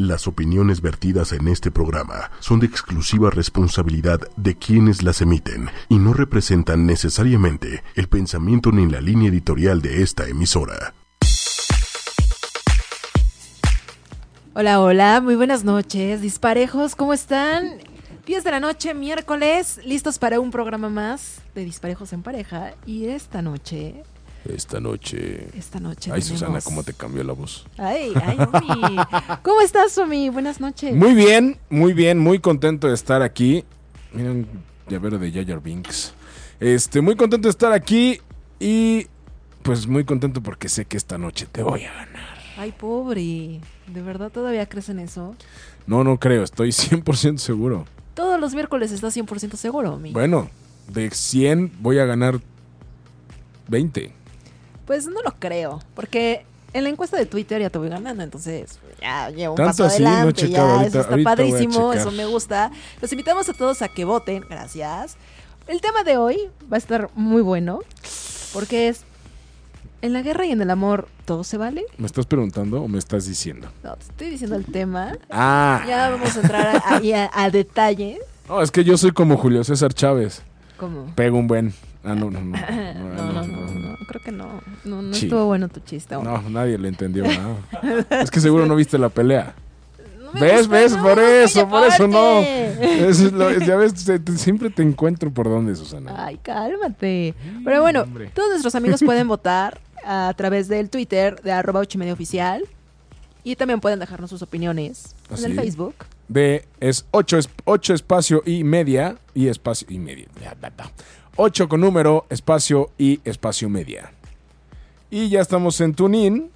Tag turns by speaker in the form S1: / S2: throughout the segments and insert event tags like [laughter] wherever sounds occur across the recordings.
S1: Las opiniones vertidas en este programa son de exclusiva responsabilidad de quienes las emiten y no representan necesariamente el pensamiento ni la línea editorial de esta emisora.
S2: Hola, hola, muy buenas noches, disparejos, ¿cómo están? 10 de la noche, miércoles, listos para un programa más de Disparejos en Pareja. Y esta noche,
S3: Esta noche.
S2: esta noche.
S3: Ay,
S2: tenemos-
S3: Susana, cómo te cambió la voz.
S2: Ay, ay, Omi. ¿Cómo estás, Omi? Buenas noches.
S3: Muy bien, muy bien, muy contento de estar aquí. Miren, llavero de Yayar Binks. Este, muy contento de estar aquí y pues muy contento porque sé que esta noche te voy a ganar.
S2: Ay, pobre. ¿De verdad todavía crees en eso?
S3: No, no creo, estoy [laughs] 100% seguro.
S2: Todos los miércoles estás 100% seguro, Omi.
S3: Bueno, de 100 voy a ganar 20.
S2: Pues no lo creo, porque en la encuesta de Twitter ya te voy ganando, entonces pues, ya llevo un
S3: Tanto
S2: paso
S3: así, no he
S2: adelante,
S3: checado,
S2: ya,
S3: ahorita-
S2: eso está
S3: ahorita voy a
S2: padrísimo,
S3: checar.
S2: eso me gusta. Los invitamos a todos a que voten, gracias. El tema de hoy va a estar muy bueno, porque es, en la guerra y en el amor, ¿todo se vale?
S3: ¿Me estás preguntando o me estás diciendo?
S2: No, te estoy diciendo el tema,
S3: Ah.
S2: ya vamos a entrar a- ahí a, a detalle.
S3: No, es que yo soy como Julio César Chávez.
S2: ¿Cómo?
S3: Pego un buen. Ah, no, no, no.
S2: [laughs] No, no, no, no, creo que no, no, no
S3: Sí.
S2: estuvo bueno tu chiste. Omar.
S3: No, nadie
S2: [laughs]
S3: le entendió nada. es que seguro no viste la pelea.
S2: No me
S3: ¿Ves?
S2: gusta,
S3: ¿Ves?
S2: no,
S3: por eso,
S2: calla,
S3: por eso no.
S2: aparte.
S3: Eso es lo- ya ves, se- te- siempre te encuentro por dónde, Susana.
S2: Ay, cálmate. Pero bueno,
S3: Mm, hombre.
S2: todos nuestros
S3: [laughs]
S2: amigos pueden votar a través del Twitter de arroba ocho y media oficial. Y también pueden dejarnos sus opiniones
S3: ¿Ah,
S2: en el
S3: sí?
S2: Facebook.
S3: De, es 8 ocho, espacio y media y espacio y media. 8 con número, espacio y espacio media. Y ya estamos en TuneIn.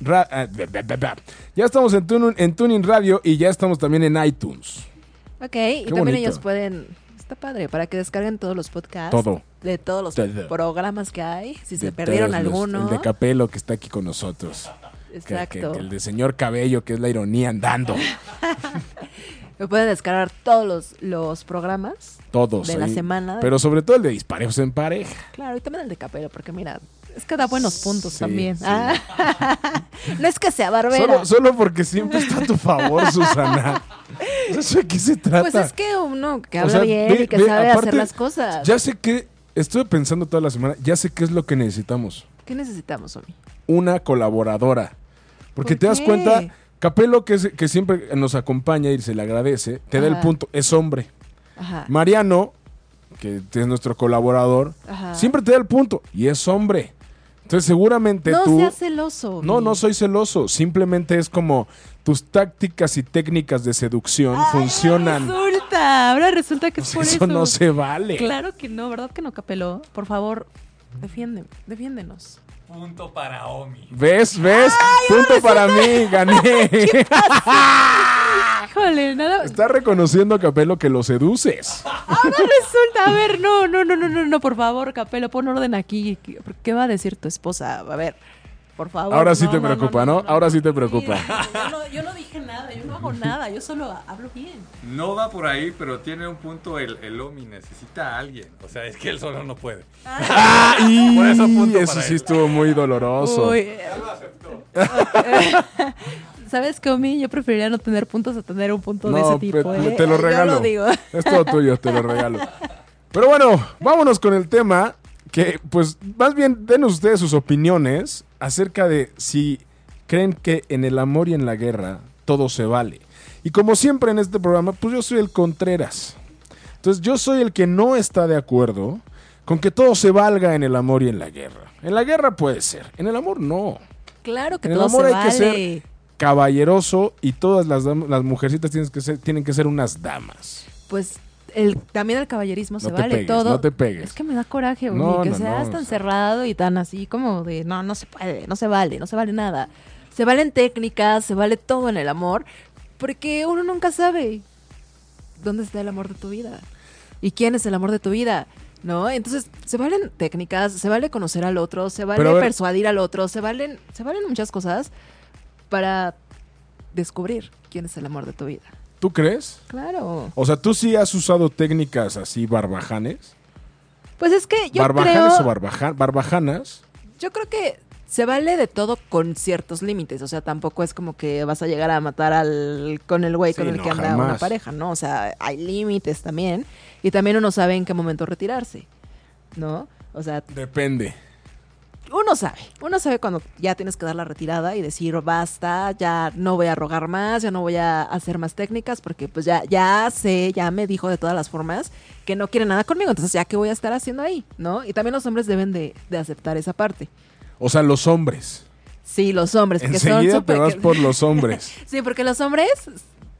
S3: Ra- ah, bla, bla, bla, bla. Ya estamos en TuneIn, en TuneIn Radio y ya estamos también en iTunes.
S2: Ok, y también
S3: bonito.
S2: ellos pueden... Está padre, para que descarguen todos los podcasts.
S3: Todo.
S2: De todos los
S3: Todo.
S2: programas que hay. Si se
S3: De
S2: perdieron
S3: todos los-
S2: alguno.
S3: El de Capelo que está aquí con nosotros. Que- que-
S2: Exacto.
S3: que el de señor Cabello, que es la ironía andando.
S2: Me Pueden descargar todos los, los programas.
S3: Todos.
S2: De la semana.
S3: Pero sobre todo el de disparejos en pareja.
S2: Claro, y también el de Capelo, porque mira, es que da buenos puntos
S3: Sí,
S2: también.
S3: sí.
S2: Ah, [laughs] no es que sea barbero.
S3: Solo, solo porque siempre está a tu favor,
S2: [laughs]
S3: Susana. No sé de qué se trata.
S2: Pues es que uno que
S3: O
S2: habla
S3: sea,
S2: bien
S3: ve-
S2: y que
S3: ve,
S2: sabe hacer
S3: aparte,
S2: las cosas.
S3: Ya sé que, estuve pensando toda la semana, ya sé qué es lo que necesitamos.
S2: ¿Qué necesitamos, Omi?
S3: Una colaboradora. Porque
S2: ¿Por
S3: te das
S2: qué?
S3: cuenta, Capelo, que, es- que siempre nos acompaña y se le agradece, te da el
S2: Ajá.
S3: punto, es hombre.
S2: Ajá.
S3: Mariano, que es nuestro colaborador,
S2: Ajá.
S3: siempre te da el punto y es hombre. Entonces seguramente
S2: no
S3: tú...
S2: seas celoso. Omi.
S3: No, no soy celoso, simplemente es como tus tácticas y técnicas de seducción funcionan.
S2: Resulta, ahora resulta que es
S3: Pues
S2: por eso.
S3: [laughs] eso no se vale.
S2: Claro que no, ¿verdad que no, Capelo? Por favor, defiéndeme, defiéndenos.
S4: Punto para Omi.
S3: ¿Ves? ¿Ves? Punto para mí,
S2: [laughs]
S3: gané.
S2: Híjole, nada.
S3: Está reconociendo Capelo que lo seduces.
S2: Ahora resulta, a ver, no, no, no, no, no, no, por favor, Capelo, pon orden aquí. ¿Qué- ¿Qué va a decir tu esposa? A ver, por favor.
S3: Ahora sí te preocupa, ¿no? Ahora sí te preocupa.
S2: yo, no, yo no dije nada, yo no hago nada, yo solo hablo bien.
S4: No va por ahí, pero tiene un punto el, el Omi. Necesita a alguien. O sea, es que él solo no puede.
S3: Ah, y
S4: Por eso punto
S3: eso
S4: para
S3: sí
S4: él.
S3: estuvo muy doloroso.
S2: Uy, eh, eh, [laughs] ¿Sabes qué, Omi? Yo preferiría no tener puntos a tener un punto de ese tipo.
S3: pe-
S2: ¿eh?
S3: te lo
S2: Yo
S3: regalo.
S2: lo digo. [laughs]
S3: Es todo tuyo, te lo regalo. Pero bueno, vámonos con el tema que, pues, más bien denos ustedes sus opiniones acerca de si creen que en el amor y en la guerra todo se vale. Y como siempre en este programa, pues yo soy el Contreras. Entonces yo soy el que no está de acuerdo con que todo se valga en el amor y en la guerra. En la guerra puede ser, en el amor no.
S2: Claro que
S3: En el
S2: todo
S3: amor
S2: se
S3: hay
S2: vale.
S3: que ser caballeroso y todas las, dam- las mujercitas tienen que, ser, tienen que ser unas damas.
S2: Pues el, también el caballerismo se
S3: te
S2: vale
S3: pegues,
S2: todo.
S3: no te pegues.
S2: Es que me da coraje, Omi,
S3: No,
S2: que
S3: no,
S2: seas
S3: no,
S2: tan
S3: o sea.
S2: cerrado y tan así como de no, no se puede, no se vale, no se vale nada. Se valen técnicas, se vale todo en el amor, porque uno nunca sabe dónde está el amor de tu vida y quién es el amor de tu vida. ¿No? Entonces, se valen técnicas, se vale conocer al otro, se vale
S3: Pero a ver-
S2: persuadir al otro, se valen, se valen muchas cosas para descubrir quién es el amor de tu vida.
S3: ¿Tú crees?
S2: Claro.
S3: O sea, ¿tú sí has usado técnicas así barbajanes?
S2: Pues es que yo
S3: ¿Barbajanes
S2: creo,
S3: o barbaja- barbajanas?
S2: yo creo que Se vale de todo con ciertos límites. O sea, tampoco es como que vas a llegar a matar al con el güey
S3: Sí,
S2: con el
S3: no,
S2: que anda una
S3: jamás.
S2: pareja, ¿no? O sea, hay límites también. Y también uno sabe en qué momento retirarse, ¿no? O sea,
S3: Depende.
S2: uno sabe, uno sabe cuando ya tienes que dar la retirada y decir basta, ya no voy a rogar más, ya no voy a hacer más técnicas, porque pues ya, ya sé, ya me dijo de todas las formas que no quiere nada conmigo, entonces ya qué voy a estar haciendo ahí, ¿no? Y también los hombres deben de, de aceptar esa parte.
S3: O sea, los hombres.
S2: Sí, los hombres, que son
S3: Enseguida te
S2: súper-
S3: vas
S2: que-
S3: por los hombres.
S2: [laughs] Sí, porque los hombres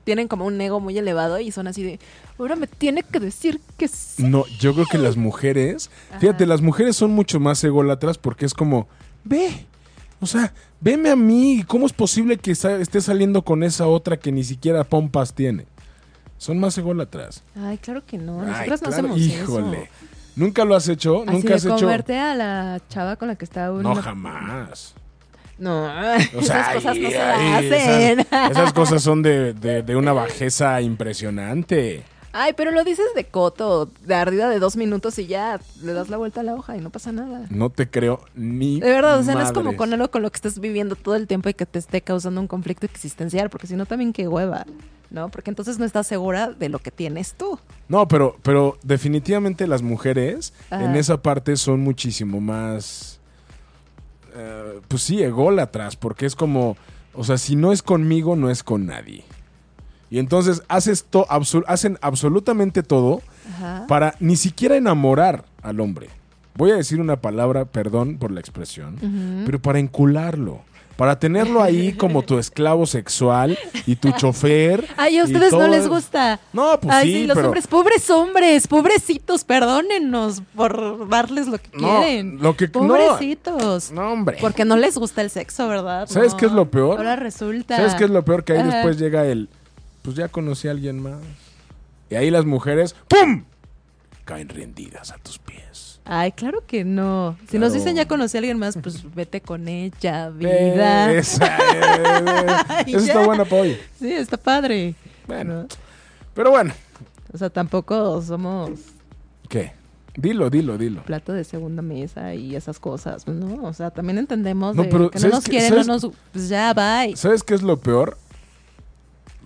S2: tienen como un ego muy elevado y son así de, ahora me tiene que decir que sí.
S3: No, yo creo que las mujeres, fíjate, las mujeres son mucho más ególatras porque es como, ve, o sea, veme a mí, ¿cómo es posible que sa- esté saliendo con esa otra que ni siquiera pompas tiene? Son más ególatras.
S2: Ay, claro que no,
S3: Ay,
S2: nosotras no
S3: claro,
S2: hacemos
S3: Híjole.
S2: eso.
S3: ¿Nunca lo has hecho?
S2: Así
S3: ¿Nunca
S2: de
S3: has hecho?
S2: comerte a la chava con la que está uno.
S3: No, jamás.
S2: No,
S3: O
S2: esas
S3: sea,
S2: cosas no
S3: ay,
S2: se
S3: ay,
S2: hacen.
S3: Esas, esas cosas son de, de- de una bajeza impresionante.
S2: [laughs] Ay, pero lo dices de coto, de ardida de dos minutos y ya le das la vuelta a la hoja y no pasa nada.
S3: No te creo ni.
S2: De verdad, o sea, no es como
S3: madres.
S2: con algo con lo que estás viviendo todo el tiempo y que te esté causando un conflicto existencial, porque si no también qué hueva, ¿no? Porque entonces no estás segura de lo que tienes tú.
S3: No, pero, pero definitivamente las mujeres
S2: Ajá.
S3: en esa parte son muchísimo más. eh, pues sí, ególatras, porque es como. O sea, si no es conmigo, no es con nadie. Y entonces haces to- absol- hacen absolutamente todo
S2: Ajá.
S3: para ni siquiera enamorar al hombre. Voy a decir una palabra, perdón por la expresión,
S2: Ujú.
S3: pero para encularlo. Para tenerlo ahí como tu esclavo sexual y tu chofer.
S2: Ay,
S3: y
S2: a ustedes
S3: todo-
S2: no les gusta.
S3: No, pues
S2: Ay,
S3: sí,
S2: sí, los
S3: pero-
S2: hombres, pobres hombres, pobrecitos, perdónennos por darles lo que
S3: No,
S2: quieren.
S3: lo que- no.
S2: pobrecitos.
S3: No, hombre.
S2: Porque no les gusta el sexo, ¿verdad?
S3: ¿Sabes
S2: No.
S3: qué es lo peor?
S2: Ahora resulta.
S3: ¿Sabes qué es lo peor? Que ahí
S2: Ajá.
S3: después llega el. Pues ya conocí a alguien más. Y ahí las mujeres. ¡Pum! Caen rendidas a tus pies.
S2: Ay, claro que no. Si
S3: Claro.
S2: nos dicen ya conocí a alguien más,
S3: [laughs]
S2: pues vete con ella, vida.
S3: Eh, Esa,
S2: [laughs]
S3: eh, eh,
S2: Y
S3: esa está
S2: ya.
S3: buena para hoy.
S2: Sí, está padre.
S3: Bueno.
S2: ¿no?
S3: Pero bueno.
S2: O sea, tampoco somos
S3: ¿Qué? Dilo, dilo, dilo.
S2: plato de segunda mesa y esas cosas, ¿no? O sea, también entendemos
S3: No,
S2: de
S3: pero
S2: que no
S3: ¿sabes
S2: nos
S3: qué?
S2: quieren,
S3: ¿Sabes?
S2: no nos... Pues ya, bye.
S3: ¿Sabes qué es lo peor?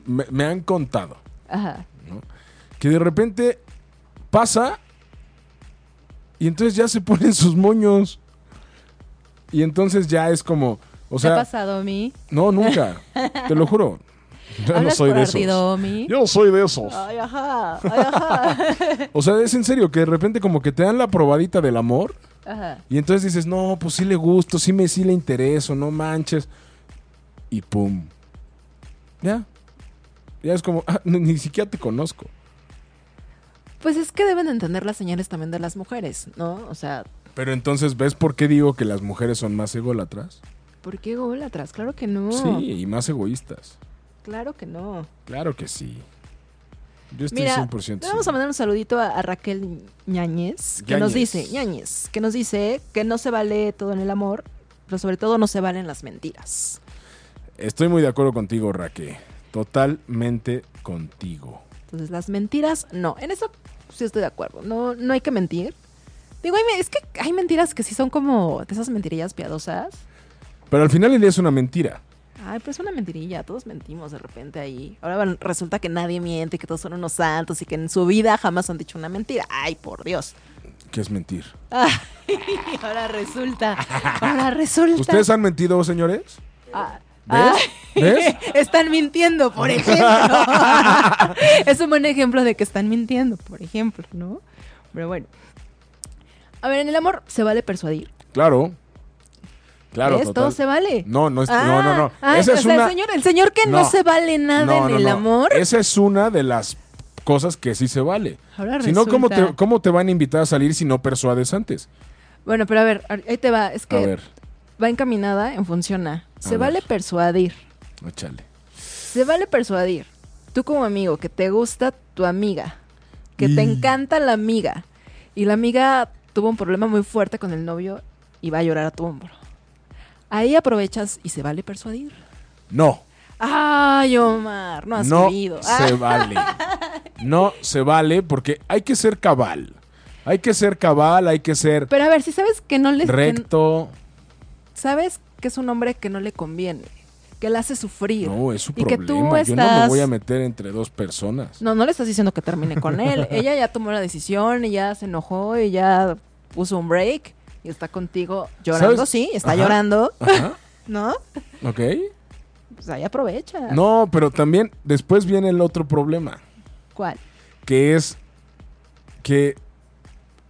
S3: Me, me han contado
S2: Ajá.
S3: que de repente pasa y entonces ya se [laughs] ponen sus moños. Y entonces ya es como.
S2: ¿Te
S3: O
S2: ha
S3: sea,
S2: pasado a mí?
S3: No, nunca. Te lo juro. Yo
S2: [laughs]
S3: no
S2: ¿Hablas
S3: soy
S2: por
S3: de esos.
S2: ardido, Omi?
S3: Yo no soy de esos.
S2: Ay, ajá. Ay, ajá.
S3: [laughs] O sea, es en serio que de repente como que te dan la probadita del amor
S2: ajá.
S3: y entonces dices, no, pues sí le gusto, sí me sí le intereso, no manches. Y pum. Ya. Ya es como, [laughs] "Ah, ni, ni siquiera te conozco.
S2: Pues es que deben entender las señales también de las mujeres, ¿no? O sea,
S3: Pero entonces, ¿ves por qué digo que las mujeres son más ególatras?
S2: ¿por qué gol atrás? Claro que no.
S3: Sí, y más egoístas.
S2: Claro que no.
S3: Claro que sí. Yo estoy
S2: Mira,
S3: 100%
S2: le vamos a
S3: seguro.
S2: mandar un saludito a, a Raquel Ñañez, que nos
S3: Ñañez.
S2: dice, Ñañez, que nos dice que no se vale todo en el amor, pero sobre todo no se valen las mentiras.
S3: Estoy muy de acuerdo contigo, Raque. Totalmente contigo.
S2: Entonces, las mentiras, no. En eso sí estoy de acuerdo. No, no hay que mentir. Digo, hay me- es que hay mentiras que sí son como de esas mentirillas piadosas.
S3: Pero al final el día es una mentira.
S2: Ay, pero es una mentirilla, todos mentimos de repente ahí. Ahora van- resulta que nadie miente, que todos son unos santos y que en su vida jamás han dicho una mentira. Ay, por Dios.
S3: que es mentir?
S2: Ay, [laughs] ahora resulta, ahora resulta.
S3: ¿Ustedes han mentido, señores?
S2: Ah,
S3: ¿Ves?
S2: ah,
S3: ¿Ves?
S2: están mintiendo, por ejemplo.
S3: [laughs]
S2: es un buen ejemplo de que están mintiendo, por ejemplo, ¿no? Pero bueno. A ver, en el amor se vale persuadir.
S3: Claro. Claro.
S2: ¿Ves?
S3: total.
S2: Todo se vale.
S3: No, no es-
S2: Ah,
S3: no, no, no.
S2: ay,
S3: Esa
S2: o
S3: es
S2: sea,
S3: una-
S2: el, señor, el señor que no,
S3: No.
S2: se vale nada
S3: No,
S2: en
S3: no,
S2: el
S3: no.
S2: amor.
S3: Esa es una de las cosas que sí se vale.
S2: Ahora
S3: Si no, ¿cómo
S2: resulta.
S3: te, ¿cómo te van a invitar a salir si no persuades antes?
S2: Bueno, pero a ver, ahí ahí te va. Es
S3: A
S2: que
S3: ver,
S2: va encaminada en función A.
S3: A
S2: Se
S3: ver.
S2: vale persuadir.
S3: échale.
S2: Se vale persuadir. Tú como amigo, que te gusta tu amiga, que te
S3: Y-
S2: encanta la amiga, y la amiga tuvo un problema muy fuerte con el novio y va a llorar a tu hombro. Ahí aprovechas y se vale persuadir.
S3: No,
S2: Ay, Omar, no has
S3: no
S2: querido.
S3: se
S2: Ah,
S3: vale.
S2: [laughs]
S3: No se vale porque hay que ser cabal. Hay que ser cabal, hay que ser
S2: pero a ver, si sabes que no les... que n-
S3: recto.
S2: sabes que es un hombre que no le conviene, que la hace sufrir.
S3: No, es su
S2: y que
S3: problema.
S2: tú
S3: Yo no me
S2: estás-
S3: voy a meter entre dos personas.
S2: No, no le estás diciendo que termine con
S3: [laughs]
S2: él. Ella ya tomó la decisión y ya se enojó y ya puso un break y está contigo llorando,
S3: ¿Sabes?
S2: sí, está
S3: Ajá.
S2: llorando,
S3: Ajá,
S2: ¿no?
S3: ¿ok?
S2: Pues ahí aprovecha.
S3: No, pero también después viene el otro problema,
S2: ¿Cuál?
S3: que es que,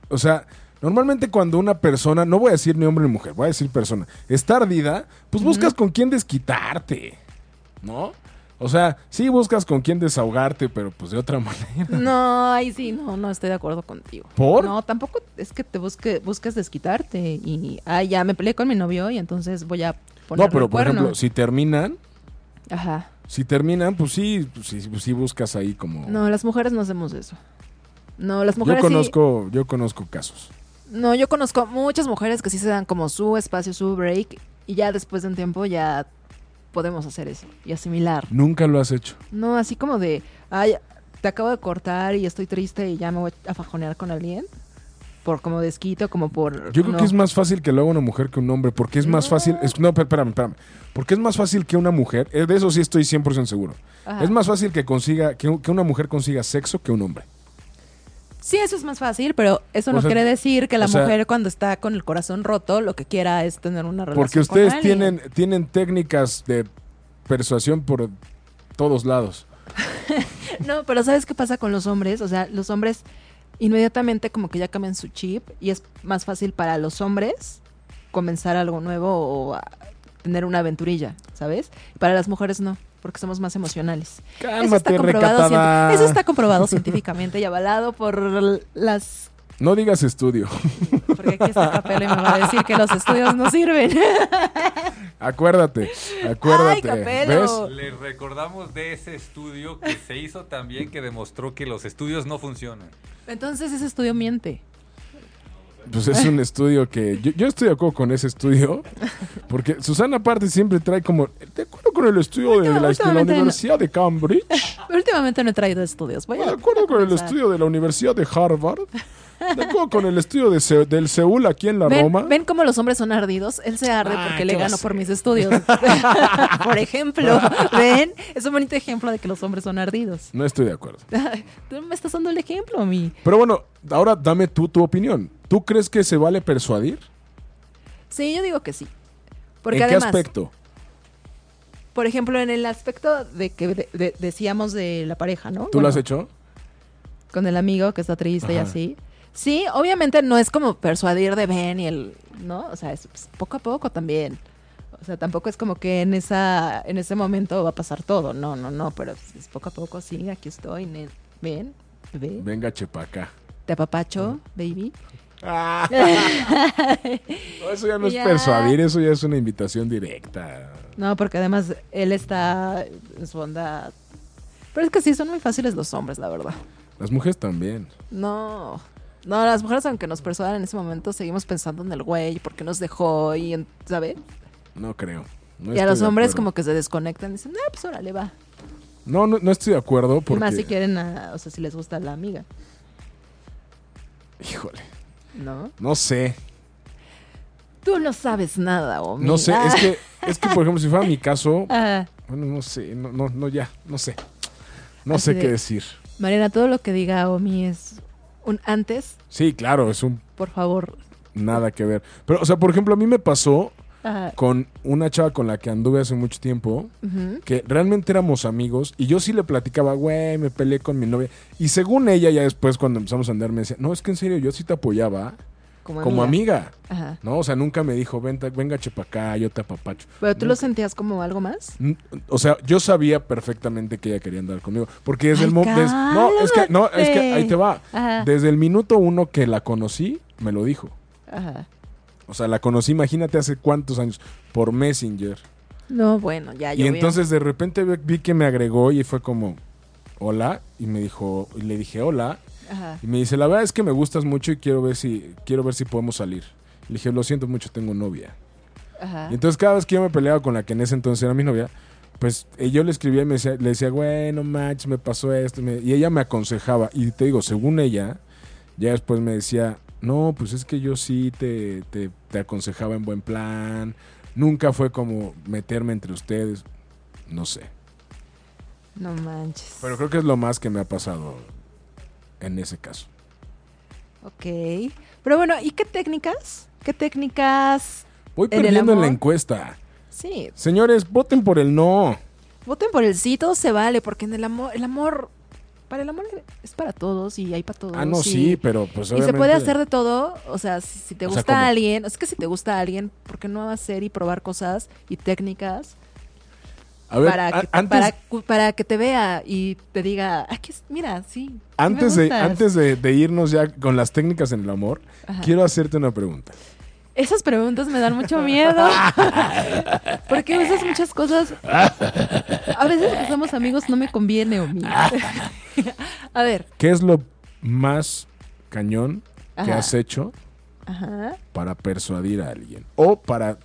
S3: o sea, normalmente cuando una persona, no voy a decir ni hombre ni mujer, voy a decir persona, está ardida, pues buscas con quién desquitarte, ¿no? O sea, sí buscas con quién desahogarte, pero pues de otra [laughs] manera.
S2: No, ahí sí, no, no estoy de acuerdo contigo.
S3: ¿Por?
S2: No, tampoco es que te busque, busques desquitarte y, ah, ya me peleé con mi novio y entonces voy a poner
S3: No, pero por ejemplo, si terminan,
S2: Ajá.
S3: si terminan, pues sí, pues sí, pues sí buscas ahí como...
S2: No, las mujeres no hacemos eso. No, las
S3: yo
S2: mujeres sí-
S3: conozco, yo conozco casos.
S2: No, yo conozco muchas mujeres que sí se dan como su espacio, su break, y ya después de un tiempo ya podemos hacer eso y asimilar.
S3: Nunca lo has hecho.
S2: No, así como de, ay, te acabo de cortar y estoy triste y ya me voy a fajonear con alguien. Por como desquito, como por...
S3: Yo creo
S2: no.
S3: que es más fácil que lo haga una mujer que un hombre, porque es más fácil. es- no, espérame, espérame. Porque es más fácil que una mujer. eh, De eso sí estoy 100% seguro.
S2: Ajá.
S3: Es más fácil que consiga que, un- que una mujer consiga sexo que un hombre.
S2: Sí, eso es más fácil, pero eso
S3: O
S2: no
S3: sea,
S2: quiere decir que la
S3: o sea-
S2: mujer cuando está con el corazón roto lo que quiera es tener una relación
S3: Porque
S2: con
S3: ustedes
S2: alguien.
S3: tienen, tienen técnicas de persuasión por todos lados.
S2: No, pero ¿sabes qué pasa con los hombres? O sea, los hombres inmediatamente como que ya cambian su chip y es más fácil para los hombres comenzar algo nuevo o ah, tener una aventurilla, ¿sabes? Para las mujeres no, porque somos más emocionales.
S3: Cálmate,
S2: comprobado,
S3: recatada.
S2: cien- eso está comprobado científicamente y avalado por l- las...
S3: No digas estudio. [laughs]
S2: Porque aquí está Capelo y me va a decir que los estudios no sirven. [laughs]
S3: acuérdate, acuérdate.
S2: Capelo.
S4: Le recordamos de ese estudio que se hizo también que demostró que los estudios no funcionan.
S2: Entonces ese estudio miente.
S3: Pues es un estudio que. Yo, yo estoy de acuerdo con ese estudio. Porque Susana, aparte, siempre trae como. De acuerdo con el estudio de la, de la
S2: Últimamente no.
S3: Universidad de Cambridge.
S2: Pero últimamente no he traído estudios. Voy
S3: De
S2: a-
S3: acuerdo con el
S2: comenzar.
S3: estudio de la Universidad de Harvard. De acuerdo con el estudio de Se- del Seúl aquí en la
S2: ¿Ven,
S3: Roma.
S2: ven cómo los hombres son ardidos? Él se arde
S3: Ah,
S2: porque
S3: ¿qué
S2: le
S3: va a
S2: ganó
S3: ser?
S2: por mis
S3: [laughs]
S2: estudios. por ejemplo, ¿ven? Es un bonito ejemplo de que los hombres son ardidos.
S3: No estoy de acuerdo.
S2: Tú me estás dando el ejemplo a mí.
S3: Pero bueno, ahora dame tú tu opinión. ¿Tú crees que se vale persuadir?
S2: Sí, yo digo que sí. Porque
S3: ¿En qué
S2: además,
S3: aspecto?
S2: por ejemplo, en el aspecto de que de- de- decíamos de la pareja, ¿no?
S3: ¿Tú lo
S2: Bueno,
S3: has hecho?
S2: Con el amigo que está triste y
S3: Ajá.
S2: así. Sí, obviamente no es como persuadir de ven y el, ¿no? O sea, es pues, poco a poco también. O sea, tampoco es como que en esa en ese momento va a pasar todo. No, no, no, pero es es poco a poco, sí, aquí estoy, nen. ven, bebé,
S3: Venga,
S2: [laughs]
S3: chepaca.
S2: te apapacho, baby.
S3: Ah, no, eso ya no es
S2: Ya.
S3: persuadir, eso ya es una invitación directa.
S2: No, porque además él está en su onda... Pero es que sí, son muy fáciles los hombres, la verdad.
S3: Las mujeres también.
S2: No. No, las mujeres aunque nos persuadan en ese momento, seguimos pensando en el güey, porque nos dejó y, en- ¿sabes?
S3: No creo. No
S2: y a
S3: estoy
S2: los
S3: de
S2: hombres
S3: acuerdo.
S2: como que se desconectan y dicen, ah, pues órale, va.
S3: No, no, no estoy de acuerdo
S2: Y
S3: porque...
S2: más si quieren, a- o sea, si les gusta la amiga,
S3: Híjole,
S2: ¿no?
S3: no sé.
S2: Tú no sabes nada, o
S3: No sé, es que, es que por ejemplo, si fuera mi caso...
S2: [laughs] Ah,
S3: Bueno, no sé, no, no, no ya, no sé. No
S2: Así
S3: sé
S2: de-
S3: qué decir.
S2: Mariana, todo lo que diga Omi es un antes,
S3: Sí, claro, es un
S2: por favor.
S3: nada que ver. Pero, o sea, por ejemplo, a mí me pasó
S2: Ah,
S3: con una chava con la que anduve hace mucho tiempo,
S2: ujú.
S3: que realmente éramos amigos, y yo sí le platicaba, güey, me peleé con mi novia. Y según ella, ya después cuando empezamos a andar, me decía, no, es que en serio, yo sí te apoyaba
S2: Como,
S3: como
S2: amiga.
S3: amiga.
S2: Ajá.
S3: No, o sea, nunca me dijo, Venta, venga, chepa acá, yo te apapacho.
S2: Pero tú lo sentías como algo más.
S3: N- O sea, yo sabía perfectamente que ella quería andar conmigo. Porque desde
S2: Ay,
S3: el momento. No, es que, no, es que ahí te va.
S2: Ajá.
S3: Desde el minuto uno que la conocí, me lo dijo.
S2: Ajá.
S3: O sea, la conocí, imagínate, hace cuántos años, por Messenger.
S2: No, bueno, ya.
S3: y
S2: llovió.
S3: entonces de repente vi- vi que me agregó y fue como, hola. Y me dijo, y le dije, hola.
S2: Ajá.
S3: Y me dice, la verdad es que me gustas mucho y quiero ver si, quiero ver si podemos salir. Le dije, lo siento mucho, tengo novia.
S2: Ajá.
S3: Y entonces cada vez que yo me peleaba con la que en ese entonces era mi novia, pues eh, yo le escribía y me decía, le decía, güey, no manches, me pasó esto. y me- Y ella me aconsejaba. Y te digo, según ella, ya después me decía, no, pues es que yo sí te, te, te aconsejaba en buen plan. Nunca fue como meterme entre ustedes. No sé.
S2: No manches.
S3: Pero creo que es lo más que me ha pasado en ese caso.
S2: Ok. Pero bueno, ¿y qué técnicas? ¿Qué técnicas?
S3: Voy
S2: ¿En el
S3: perdiendo en la
S2: amor?
S3: encuesta.
S2: Sí,
S3: Señores, voten por el no.
S2: voten por el sí, todo se vale, porque en el amor, el amor, para el amor es para todos y hay para todos.
S3: Ah, no,
S2: y-
S3: sí, pero
S2: Y
S3: pues
S2: se
S3: obviamente-
S2: puede hacer de todo, o sea, si, si te
S3: O sea,
S2: gusta
S3: ¿cómo?
S2: alguien, es que si te gusta alguien, ¿por qué no hacer y probar cosas y técnicas
S3: A ver,
S2: para,
S3: a-
S2: que,
S3: antes,
S2: para, cu- para que te vea y te diga, "Ay, que es- mira, sí. sí me
S3: antes, de,
S2: gustas"?
S3: antes de, de irnos ya con las técnicas en el amor,
S2: Ajá.
S3: quiero hacerte una pregunta.
S2: Esas preguntas me dan mucho
S3: [laughs]
S2: miedo. Porque a veces muchas cosas. A veces que somos amigos no me conviene, Omi.
S3: [laughs]
S2: [laughs] a ver.
S3: ¿Qué es lo más cañón que
S2: Ajá.
S3: has hecho
S2: Ajá.
S3: para persuadir a alguien? O para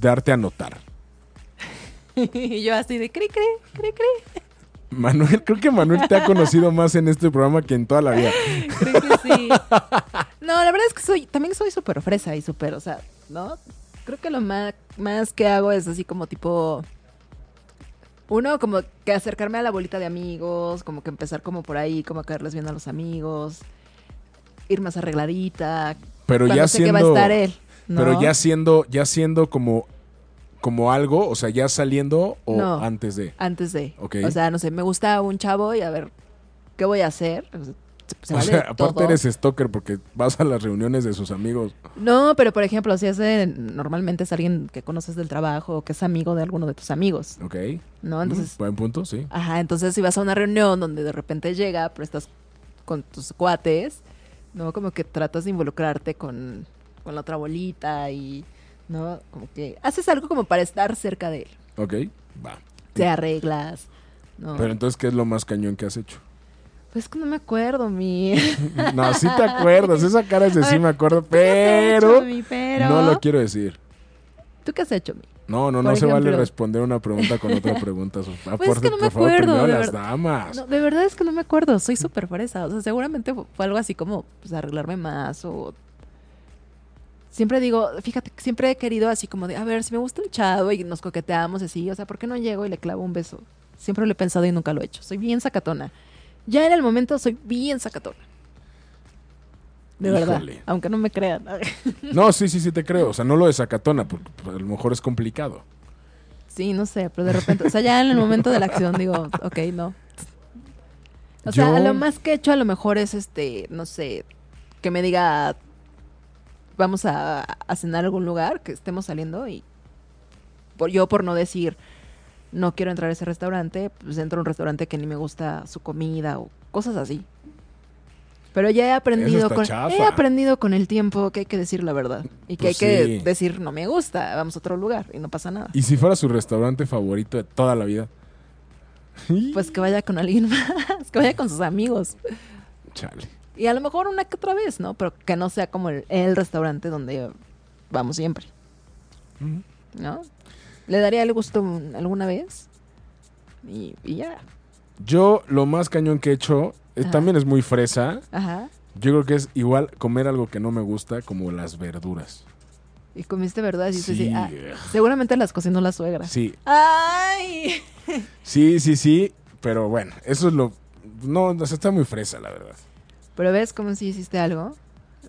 S3: darte a notar. [laughs]
S2: [laughs] Y yo así de cri, cri, cri, cri.
S3: Manuel, creo que Manuel te ha conocido más en este programa que en toda la vida.
S2: Creo que sí. No, la verdad es que soy. También soy súper fresa y súper, o sea, ¿no? Creo que lo más, más que hago es así como tipo. Uno, como que acercarme a la bolita de amigos, como que empezar como por ahí, como caerles bien a los amigos, ir más arregladita,
S3: Pero
S2: cuando
S3: ya
S2: sé que
S3: siendo.
S2: va a estar él. ¿no?
S3: Pero ya siendo, ya siendo como, como algo, o sea, ya saliendo o
S2: No.
S3: antes de.
S2: Antes de.
S3: Ok.
S2: O sea, no sé, me gusta un chavo y a ver, ¿qué voy a hacer? Se- se
S3: o
S2: vale
S3: sea, aparte
S2: todo.
S3: eres stalker porque vas a las reuniones de sus amigos.
S2: No, pero por ejemplo, si es de- normalmente es alguien que conoces del trabajo o que es amigo de alguno de tus amigos,
S3: Ok.
S2: ¿no? Entonces,
S3: Mm, Buen punto, sí.
S2: ajá, entonces si vas a una reunión donde de repente llega, pero estás con tus cuates, ¿no? Como que tratas de involucrarte con, con la otra bolita y, ¿no? Como que haces algo como para estar cerca de él.
S3: Ok, va.
S2: Te arreglas, ¿no?
S3: Pero entonces, ¿qué es lo más cañón que has hecho? [laughs]
S2: Pues es que no me acuerdo, mi. [laughs]
S3: No, sí te acuerdas. Esa cara es de
S2: A
S3: sí
S2: ver,
S3: me acuerdo,
S2: ¿Tú qué has
S3: pero,
S2: hecho, mi? Pero-
S3: no lo quiero decir.
S2: ¿Tú qué has hecho, mi?
S3: No, no, no
S2: Por
S3: se vale
S2: ejemplo.
S3: responder una pregunta con otra pregunta. Sofía.
S2: Pues es
S3: Por-
S2: que no me
S3: por favor,
S2: acuerdo,
S3: primero
S2: de
S3: las
S2: verdad.
S3: damas.
S2: No, de verdad es que no me acuerdo. Soy súper fresa. O sea, seguramente fu- fue algo así como pues, arreglarme más o... Siempre digo, fíjate, siempre he querido así como de, a ver, si me gusta el chavo y nos coqueteamos y así, o sea, ¿por qué no llego y le clavo un beso? Siempre lo he pensado y nunca lo he hecho. Soy bien sacatona. Ya en el momento soy bien sacatona. De verdad,
S3: Híjole.
S2: aunque no me crean. [laughs]
S3: No, sí, sí, sí te creo. O sea, no lo de Zacatona, porque pues, a lo mejor es complicado.
S2: Sí, no sé, pero de repente, o sea, ya en el momento de la acción digo, ok, no. O
S3: Yo-
S2: sea, a lo más que he hecho a lo mejor es este, no sé, que me diga, vamos a, a cenar a algún lugar, que estemos saliendo y por, yo por no decir, no quiero entrar a ese restaurante, pues entro a un restaurante que ni me gusta su comida o cosas así. Pero ya he aprendido
S3: está
S2: con
S3: chafa.
S2: he aprendido con el tiempo que hay que decir la verdad y que
S3: Pues
S2: hay que
S3: sí.
S2: decir no me gusta, vamos a otro lugar y no pasa nada.
S3: ¿Y si fuera su restaurante favorito de toda la vida? [laughs]
S2: Pues que vaya con alguien [laughs] más, que vaya con sus amigos.
S3: Chale.
S2: Y a lo mejor una que otra vez, ¿no? Pero que no sea como el, el restaurante donde vamos siempre.
S3: Ujú.
S2: ¿No? Le daría el gusto un- alguna vez. Y, y ya.
S3: Yo lo más cañón que he hecho eh,
S2: Ajá.
S3: también es muy fresa.
S2: Ajá.
S3: Yo creo que es igual comer algo que no me gusta, como las verduras.
S2: Y comiste verdad. Y dices,
S3: Sí. eh,
S2: ah, seguramente las cocinó la suegra.
S3: Sí,
S2: ¡Ay!
S3: sí, sí, sí. Pero bueno, eso es lo. No, o sea, está muy fresa, la verdad.
S2: Pero ves como si hiciste algo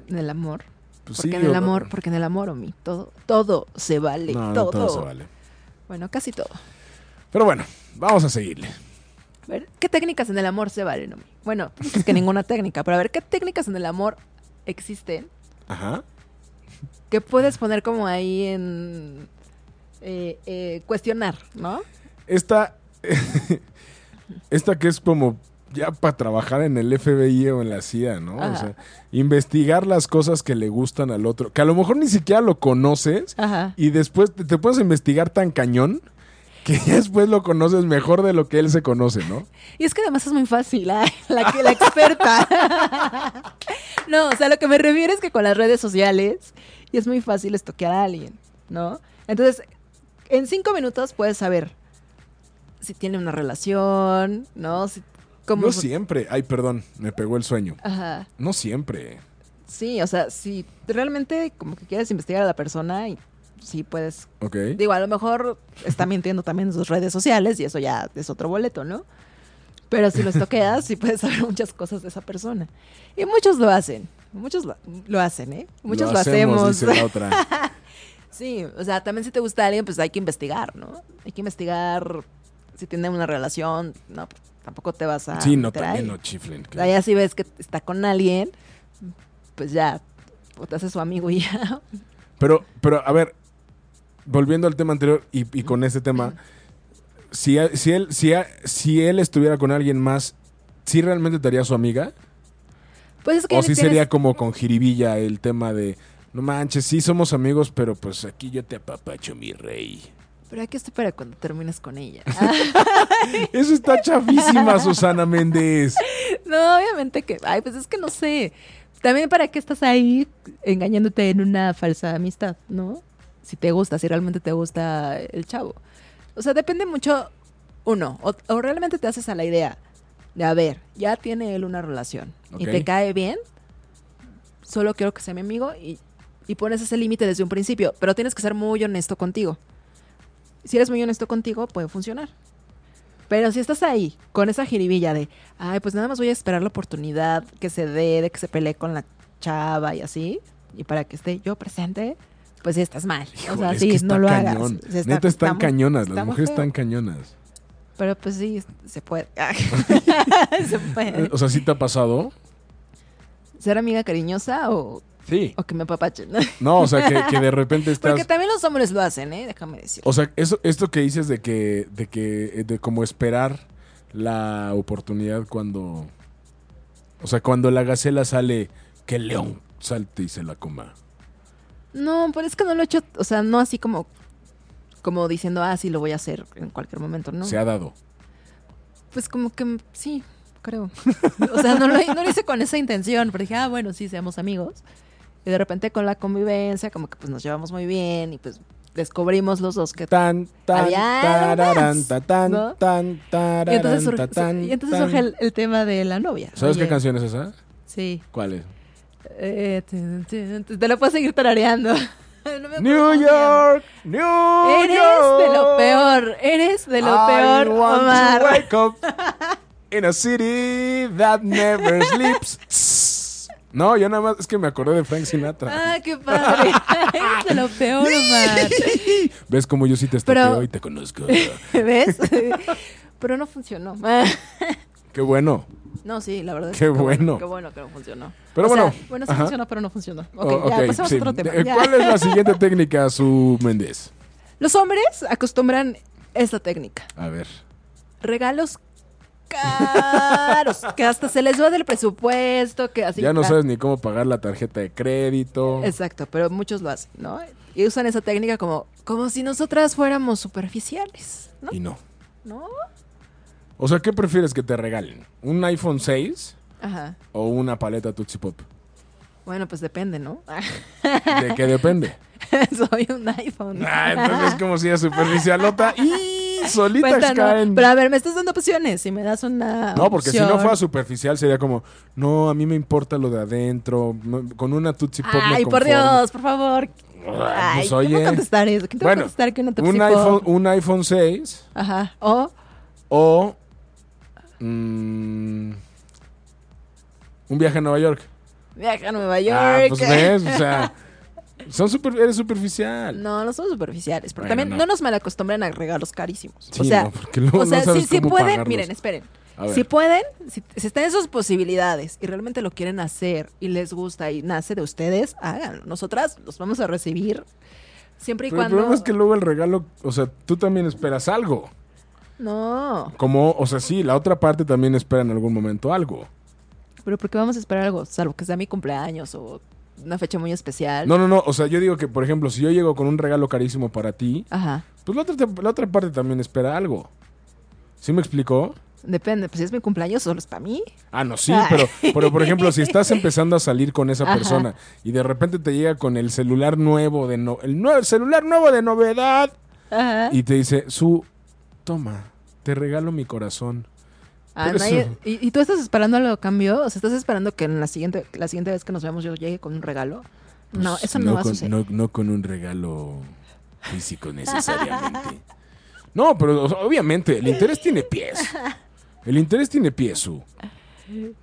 S2: en el amor.
S3: Pues
S2: Porque
S3: sí,
S2: en el
S3: o-
S2: amor, porque en el amor, Omi, todo, todo se vale.
S3: No, no,
S2: todo.
S3: todo se vale.
S2: Bueno, casi todo.
S3: Pero bueno, vamos a seguirle.
S2: A ver, ¿qué técnicas en el amor se valen? Omi? Bueno, tú dices que ninguna [laughs] técnica, pero a ver, ¿qué técnicas en el amor existen
S3: Ajá.
S2: que puedes poner como ahí en eh, eh, cuestionar, ¿no?
S3: Esta. [laughs] esta que es como ya para trabajar en el FBI o en la CIA, ¿no? O
S2: Ajá.
S3: sea, investigar las cosas que le gustan al otro. Que a lo mejor ni siquiera lo conoces.
S2: Ajá.
S3: Y después te, te puedes investigar tan cañón que [laughs] ya después lo conoces mejor de lo que él se conoce, ¿no?
S2: Y es que además es muy fácil, ay, [laughs] la, que, la experta. [laughs] no, o sea, lo que me refiero es que con las redes sociales y es muy fácil estoquear a alguien, ¿no? Entonces, en cinco minutos puedes saber si tiene una relación, ¿no? Si, cómo
S3: No
S2: su-
S3: siempre. Ay, perdón, me pegó el sueño.
S2: Ajá.
S3: No siempre.
S2: Sí, o sea, si realmente como que quieres investigar a la persona y sí puedes.
S3: Ok.
S2: Digo, a lo mejor está mintiendo también en sus redes sociales y eso ya es otro boleto, ¿no? Pero si los toqueas, sí puedes saber muchas cosas de esa persona. Y muchos lo hacen. Muchos lo, lo hacen, ¿eh? Muchos lo, hacemos.
S3: dice la otra.
S2: [laughs] Sí, o sea, también si te gusta alguien, pues hay que investigar, ¿no? Hay que investigar si tiene una relación, no, pues, tampoco te vas a
S3: sí, no,
S2: meter
S3: también
S2: ahí.
S3: no chiflen.
S2: O sea, ya si ves que está con alguien, pues ya, o te haces su amigo y ya. [laughs]
S3: Pero, pero, a ver, volviendo al tema anterior y, y con este tema, si, si, él, si, si él estuviera con alguien más, ¿sí realmente te haría su amiga?
S2: Pues es que
S3: ¿O
S2: le
S3: sí
S2: tienes-
S3: sería como con jiribilla el tema de, no manches, sí somos amigos, pero pues aquí yo te apapacho, mi rey?
S2: [laughs] Pero hay que esperar cuando termines con
S3: [laughs]
S2: ella.
S3: Eso está chavísima, Susana Méndez.
S2: no, obviamente que, ay, pues es que no sé. También para qué estás ahí engañándote en una falsa amistad, ¿no? Si te gusta, si realmente te gusta el chavo. O sea, depende mucho, uno, o, o realmente te haces a la idea de, a ver, ya tiene él una relación y
S3: Ok.
S2: te cae bien, solo quiero que sea mi amigo y, y pones ese límite desde un principio, pero tienes que ser muy honesto contigo. Si eres muy honesto contigo, puede funcionar. Pero si estás ahí con esa jiribilla de, ay, pues nada más voy a esperar la oportunidad que se dé, de que se pelee con la chava y así, y para que esté yo presente, pues sí estás mal. o
S3: Híjole,
S2: sea,
S3: es
S2: sí,
S3: que está
S2: no lo
S3: cañón.
S2: hagas. Sí, está-
S3: Neta están
S2: está muy-
S3: cañonas, las
S2: está muy
S3: mujeres
S2: feo. [laughs]
S3: están cañonas.
S2: Pero pues sí, es- se puede. [laughs] Ah,
S3: [laughs]
S2: se
S3: Eh,
S2: puede.
S3: O sea, ¿sí te ha pasado?
S2: ¿Ser amiga cariñosa o,
S3: Sí.
S2: o que me apapachen? [laughs]
S3: No, o sea, que, que de repente estás...
S2: Porque también los hombres lo hacen, ¿eh? Déjame decir.
S3: O sea, eso, esto que dices de que, de que, eh, de como esperar la oportunidad cuando, o sea, cuando la gacela sale, que el león salte y se la coma.
S2: No, pero es que no lo he hecho, o sea, no así como como diciendo, ah, sí, lo voy a hacer en cualquier momento, ¿no?
S3: Se ha dado.
S2: Pues como que mm, sí, creo. O sea, no lo, no lo hice con esa intención, pero dije, ah, bueno, sí, seamos amigos. Y de repente con la convivencia, como que pues nos llevamos muy bien y pues descubrimos los dos que...
S3: Tan, tan,
S2: Había
S3: tararán,
S2: más,
S3: tatán,
S2: ¿no?
S3: tan,
S2: Y entonces
S3: tararán,
S2: surge,
S3: tatán,
S2: y entonces
S3: tan.
S2: surge el, el tema de la novia.
S3: ¿Sabes
S2: Oye,
S3: qué canción es esa?
S2: Sí.
S3: ¿Cuál es?
S2: Eh, tin, tin, tin, te lo puedo seguir tarareando. [laughs] No me acuerdo cómo
S3: New
S2: se llama.
S3: York, New York.
S2: Eres de lo peor, eres de lo
S3: I
S2: peor,
S3: want to
S2: Omar. [laughs]
S3: wake up in a city that never sleeps. No, yo nada más es que me acordé de Frank Sinatra.
S2: Ah, qué padre. [laughs] Eres de lo
S3: [laughs]
S2: peor, Omar.
S3: ¿Ves cómo yo sí te
S2: Pero-
S3: estoqueo y te conozco?
S2: [laughs] ¿Ves?
S3: [laughs]
S2: Pero no funcionó.
S3: Qué bueno.
S2: No, sí, la verdad. es
S3: Qué
S2: que
S3: bueno.
S2: Qué bueno que no funcionó.
S3: Pero
S2: O sea,
S3: bueno.
S2: bueno, sí
S3: Ajá.
S2: funcionó, pero no funcionó. Ok,
S3: O-
S2: ya,
S3: ok,
S2: pasemos
S3: sí.
S2: a otro tema.
S3: Eh,
S2: ya.
S3: ¿Cuál
S2: [laughs]
S3: es la siguiente técnica, su Méndez?
S2: Los hombres acostumbran esta técnica.
S3: A ver.
S2: Regalos caros, que hasta se les va del presupuesto, que así...
S3: ya no
S2: ah,
S3: sabes ni cómo pagar la tarjeta de crédito.
S2: Exacto, pero muchos lo hacen, ¿no? Y usan esa técnica como, como si nosotras fuéramos superficiales, ¿no?
S3: Y no.
S2: ¿No?
S3: O sea, ¿qué prefieres que te regalen? ¿Un iPhone 6
S2: Ajá.
S3: o una paleta
S2: [laughs]
S3: Tootsie Pop?
S2: Bueno, pues depende, ¿no? [laughs]
S3: ¿De qué depende?
S2: Soy un iPhone.
S3: [laughs] Ah, entonces como si era superficialota y solitas
S2: Cuenta, ¿no?
S3: caen.
S2: Pero a ver, me estás dando opciones. Si me das una.
S3: No, porque si no
S2: opción-
S3: fuera superficial sería como, no, a mí me importa lo de adentro, no, con una Tootsie Pop pues, me
S2: Ay, por
S3: conformo".
S2: Dios, por favor.
S3: Ah,
S2: Ay,
S3: pues,
S2: ¿qué me
S3: oye.
S2: va a contestar eso? ¿Quién te va a
S3: Bueno,
S2: contestar que no te
S3: un
S2: psico-
S3: iPhone, un iPhone 6
S2: Ajá. O
S3: o mm, un viaje a Nueva York.
S2: viaja a Nueva
S3: Ah,
S2: York.
S3: pues ves, o sea, son super, eres superficial.
S2: [laughs] No, no somos superficiales. Pero
S3: Bueno,
S2: también
S3: no.
S2: no. nos malacostumbran a regalos carísimos.
S3: Sí,
S2: o sea,
S3: no, porque luego
S2: o sea
S3: no sabes
S2: si, si
S3: cómo
S2: pueden,
S3: pagarlos.
S2: miren, esperen.
S3: A ver.
S2: Si pueden, si, si están en sus posibilidades y realmente lo quieren hacer y les gusta y nace de ustedes, háganlo. Nosotras los vamos a recibir siempre y
S3: Pero el
S2: cuando.
S3: problema es que luego el regalo, o sea, tú también esperas algo.
S2: No,
S3: Como, o sea, sí, la otra parte también espera en algún momento algo.
S2: pero ¿por qué vamos a esperar algo? Salvo que sea mi cumpleaños o una fecha muy especial.
S3: No, no, no. O sea, yo digo que, por ejemplo, si yo llego con un regalo carísimo para ti,
S2: Ajá.
S3: pues la otra, te- la otra parte también espera algo. ¿Sí me explicó?
S2: Depende, pues si es mi cumpleaños, solo es para mí.
S3: Ah, no, sí,
S2: Ay.
S3: pero, pero por ejemplo, si estás empezando a salir con esa
S2: Ajá.
S3: persona y de repente te llega con el celular nuevo de no, el, nue- el celular nuevo de novedad
S2: Ajá.
S3: y te dice, su, toma, te regalo mi corazón.
S2: Ah,
S3: pero
S2: nadie-
S3: eso-
S2: ¿Y, y tú estás esperando algo a cambio? O sea, ¿estás esperando que en la siguiente, la siguiente vez que nos veamos yo llegue con un regalo? no,
S3: Pues,
S2: eso no, va a
S3: con,
S2: suceder.
S3: No, no con un regalo físico necesariamente. [laughs] No, pero o sea, obviamente, el interés tiene pies. El interés tiene pies, Su.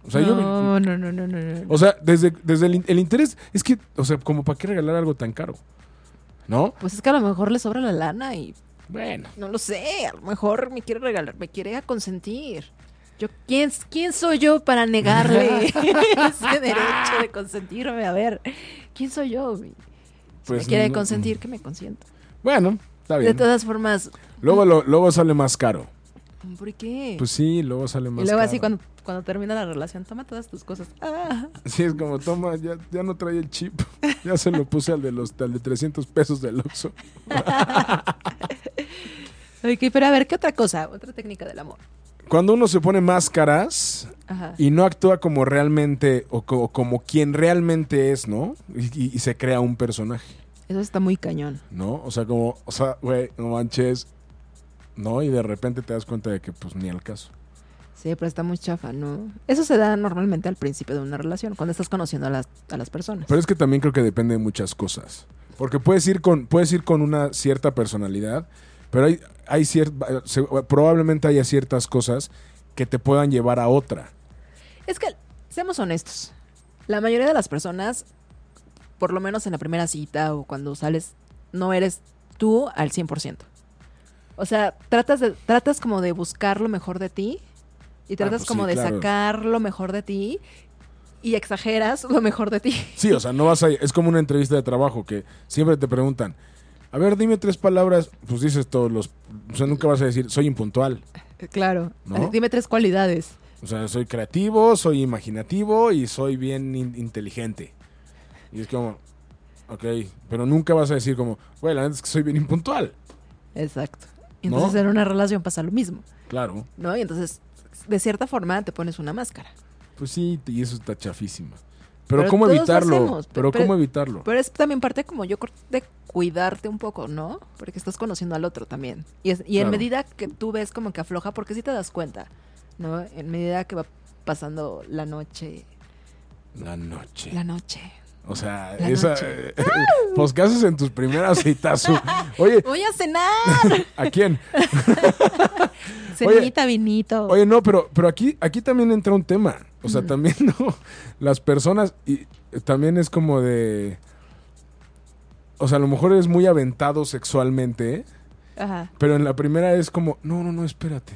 S3: O sea, yo, Oh.
S2: no, no, no, no, no, no.
S3: o sea, desde, desde el, in- el interés, es que, o sea, como para qué regalar algo tan caro, ¿no?
S2: Pues es que a lo mejor le sobra la lana y
S3: Bueno,
S2: no lo sé, a lo mejor me quiere regalar, me quiere consentir. Yo, ¿quién, ¿Quién soy yo para
S3: [laughs]
S2: negarle ese derecho de consentirme? A ver, ¿quién soy yo? Si
S3: pues.
S2: me quiere
S3: no- mm,
S2: consentir, que me consienta.
S3: Bueno, está
S2: De
S3: bien.
S2: todas formas,
S3: Luego, lo- luego sale más caro.
S2: ¿por qué?
S3: Pues sí, luego sale más
S2: y luego
S3: caro.
S2: así cuando, cuando termina la relación, toma todas tus cosas. Ah,
S3: Sí, es como, toma, ya, ya no trae el chip. [laughs] Ya se lo puse al de los al de 300 pesos del Oxxo.
S2: ok, pero a ver, ¿qué otra cosa? Otra técnica del amor.
S3: Cuando uno se pone máscaras
S2: Ajá.
S3: y no actúa como realmente o co- como quien realmente es, ¿no? Y, y- y se crea un personaje,
S2: Eso está muy cañón.
S3: ¿no? O sea, como, o sea, güey, no manches, ¿no? Y de repente te das cuenta de que, pues, ni al caso.
S2: Sí, pero está muy chafa, ¿no? Eso se da normalmente al principio de una relación, cuando estás conociendo a las, a las personas.
S3: Pero es que también creo que depende de muchas cosas. Porque puedes ir con, puedes ir con una cierta personalidad, pero hay, hay cier- se- probablemente haya ciertas cosas que te puedan llevar a otra.
S2: Es que, seamos honestos, la mayoría de las personas, por lo menos en la primera cita o cuando sales, no eres tú al 100%. O sea, tratas, de, tratas como de buscar lo mejor de ti y tratas
S3: pues sí,
S2: como de
S3: claro.
S2: sacar lo mejor de ti y exageras lo mejor de ti.
S3: Sí, o sea, no vas a... Es como una entrevista de trabajo que siempre te preguntan, a ver, dime tres palabras, pues dices todos los... O sea, nunca vas a decir, soy impuntual.
S2: Claro.
S3: ¿No?
S2: Dime tres cualidades.
S3: O sea, soy creativo, soy imaginativo y soy bien in- inteligente. Y es como, ok, pero nunca vas a decir como, güey, la neta es que soy bien impuntual.
S2: Exacto. Y
S3: ¿No?
S2: entonces en una relación pasa lo mismo,
S3: Claro.
S2: ¿no? Y entonces, de cierta forma, te pones una máscara.
S3: Pues sí, y eso está chafísima. Pero,
S2: Pero
S3: ¿cómo
S2: todos lo
S3: evitarlo?
S2: hacemos,
S3: pero,
S2: pero-
S3: ¿cómo evitarlo?
S2: Pero es también parte como yo creo, de cuidarte un poco, ¿no? Porque estás conociendo al otro también. Y, es- y en
S3: Claro.
S2: medida que tú ves como que afloja, porque sí te das cuenta, ¿no? En medida que va pasando la noche,
S3: La noche.
S2: la noche.
S3: O sea,
S2: La
S3: esa...
S2: noche.
S3: [laughs] pues ¿qué haces en tus primeras
S2: [laughs]
S3: citas? Su- Oye,
S2: Voy a [laughs] cenar.
S3: ¿a quién?
S2: Cenita, vinito.
S3: Oye, no, pero, pero aquí, aquí también entra un tema. O sea, también [laughs] no. Las personas. Y eh, también es como de. O sea, a lo mejor eres muy aventado sexualmente,
S2: Ajá.
S3: pero en la primera es como, no, no, no, espérate.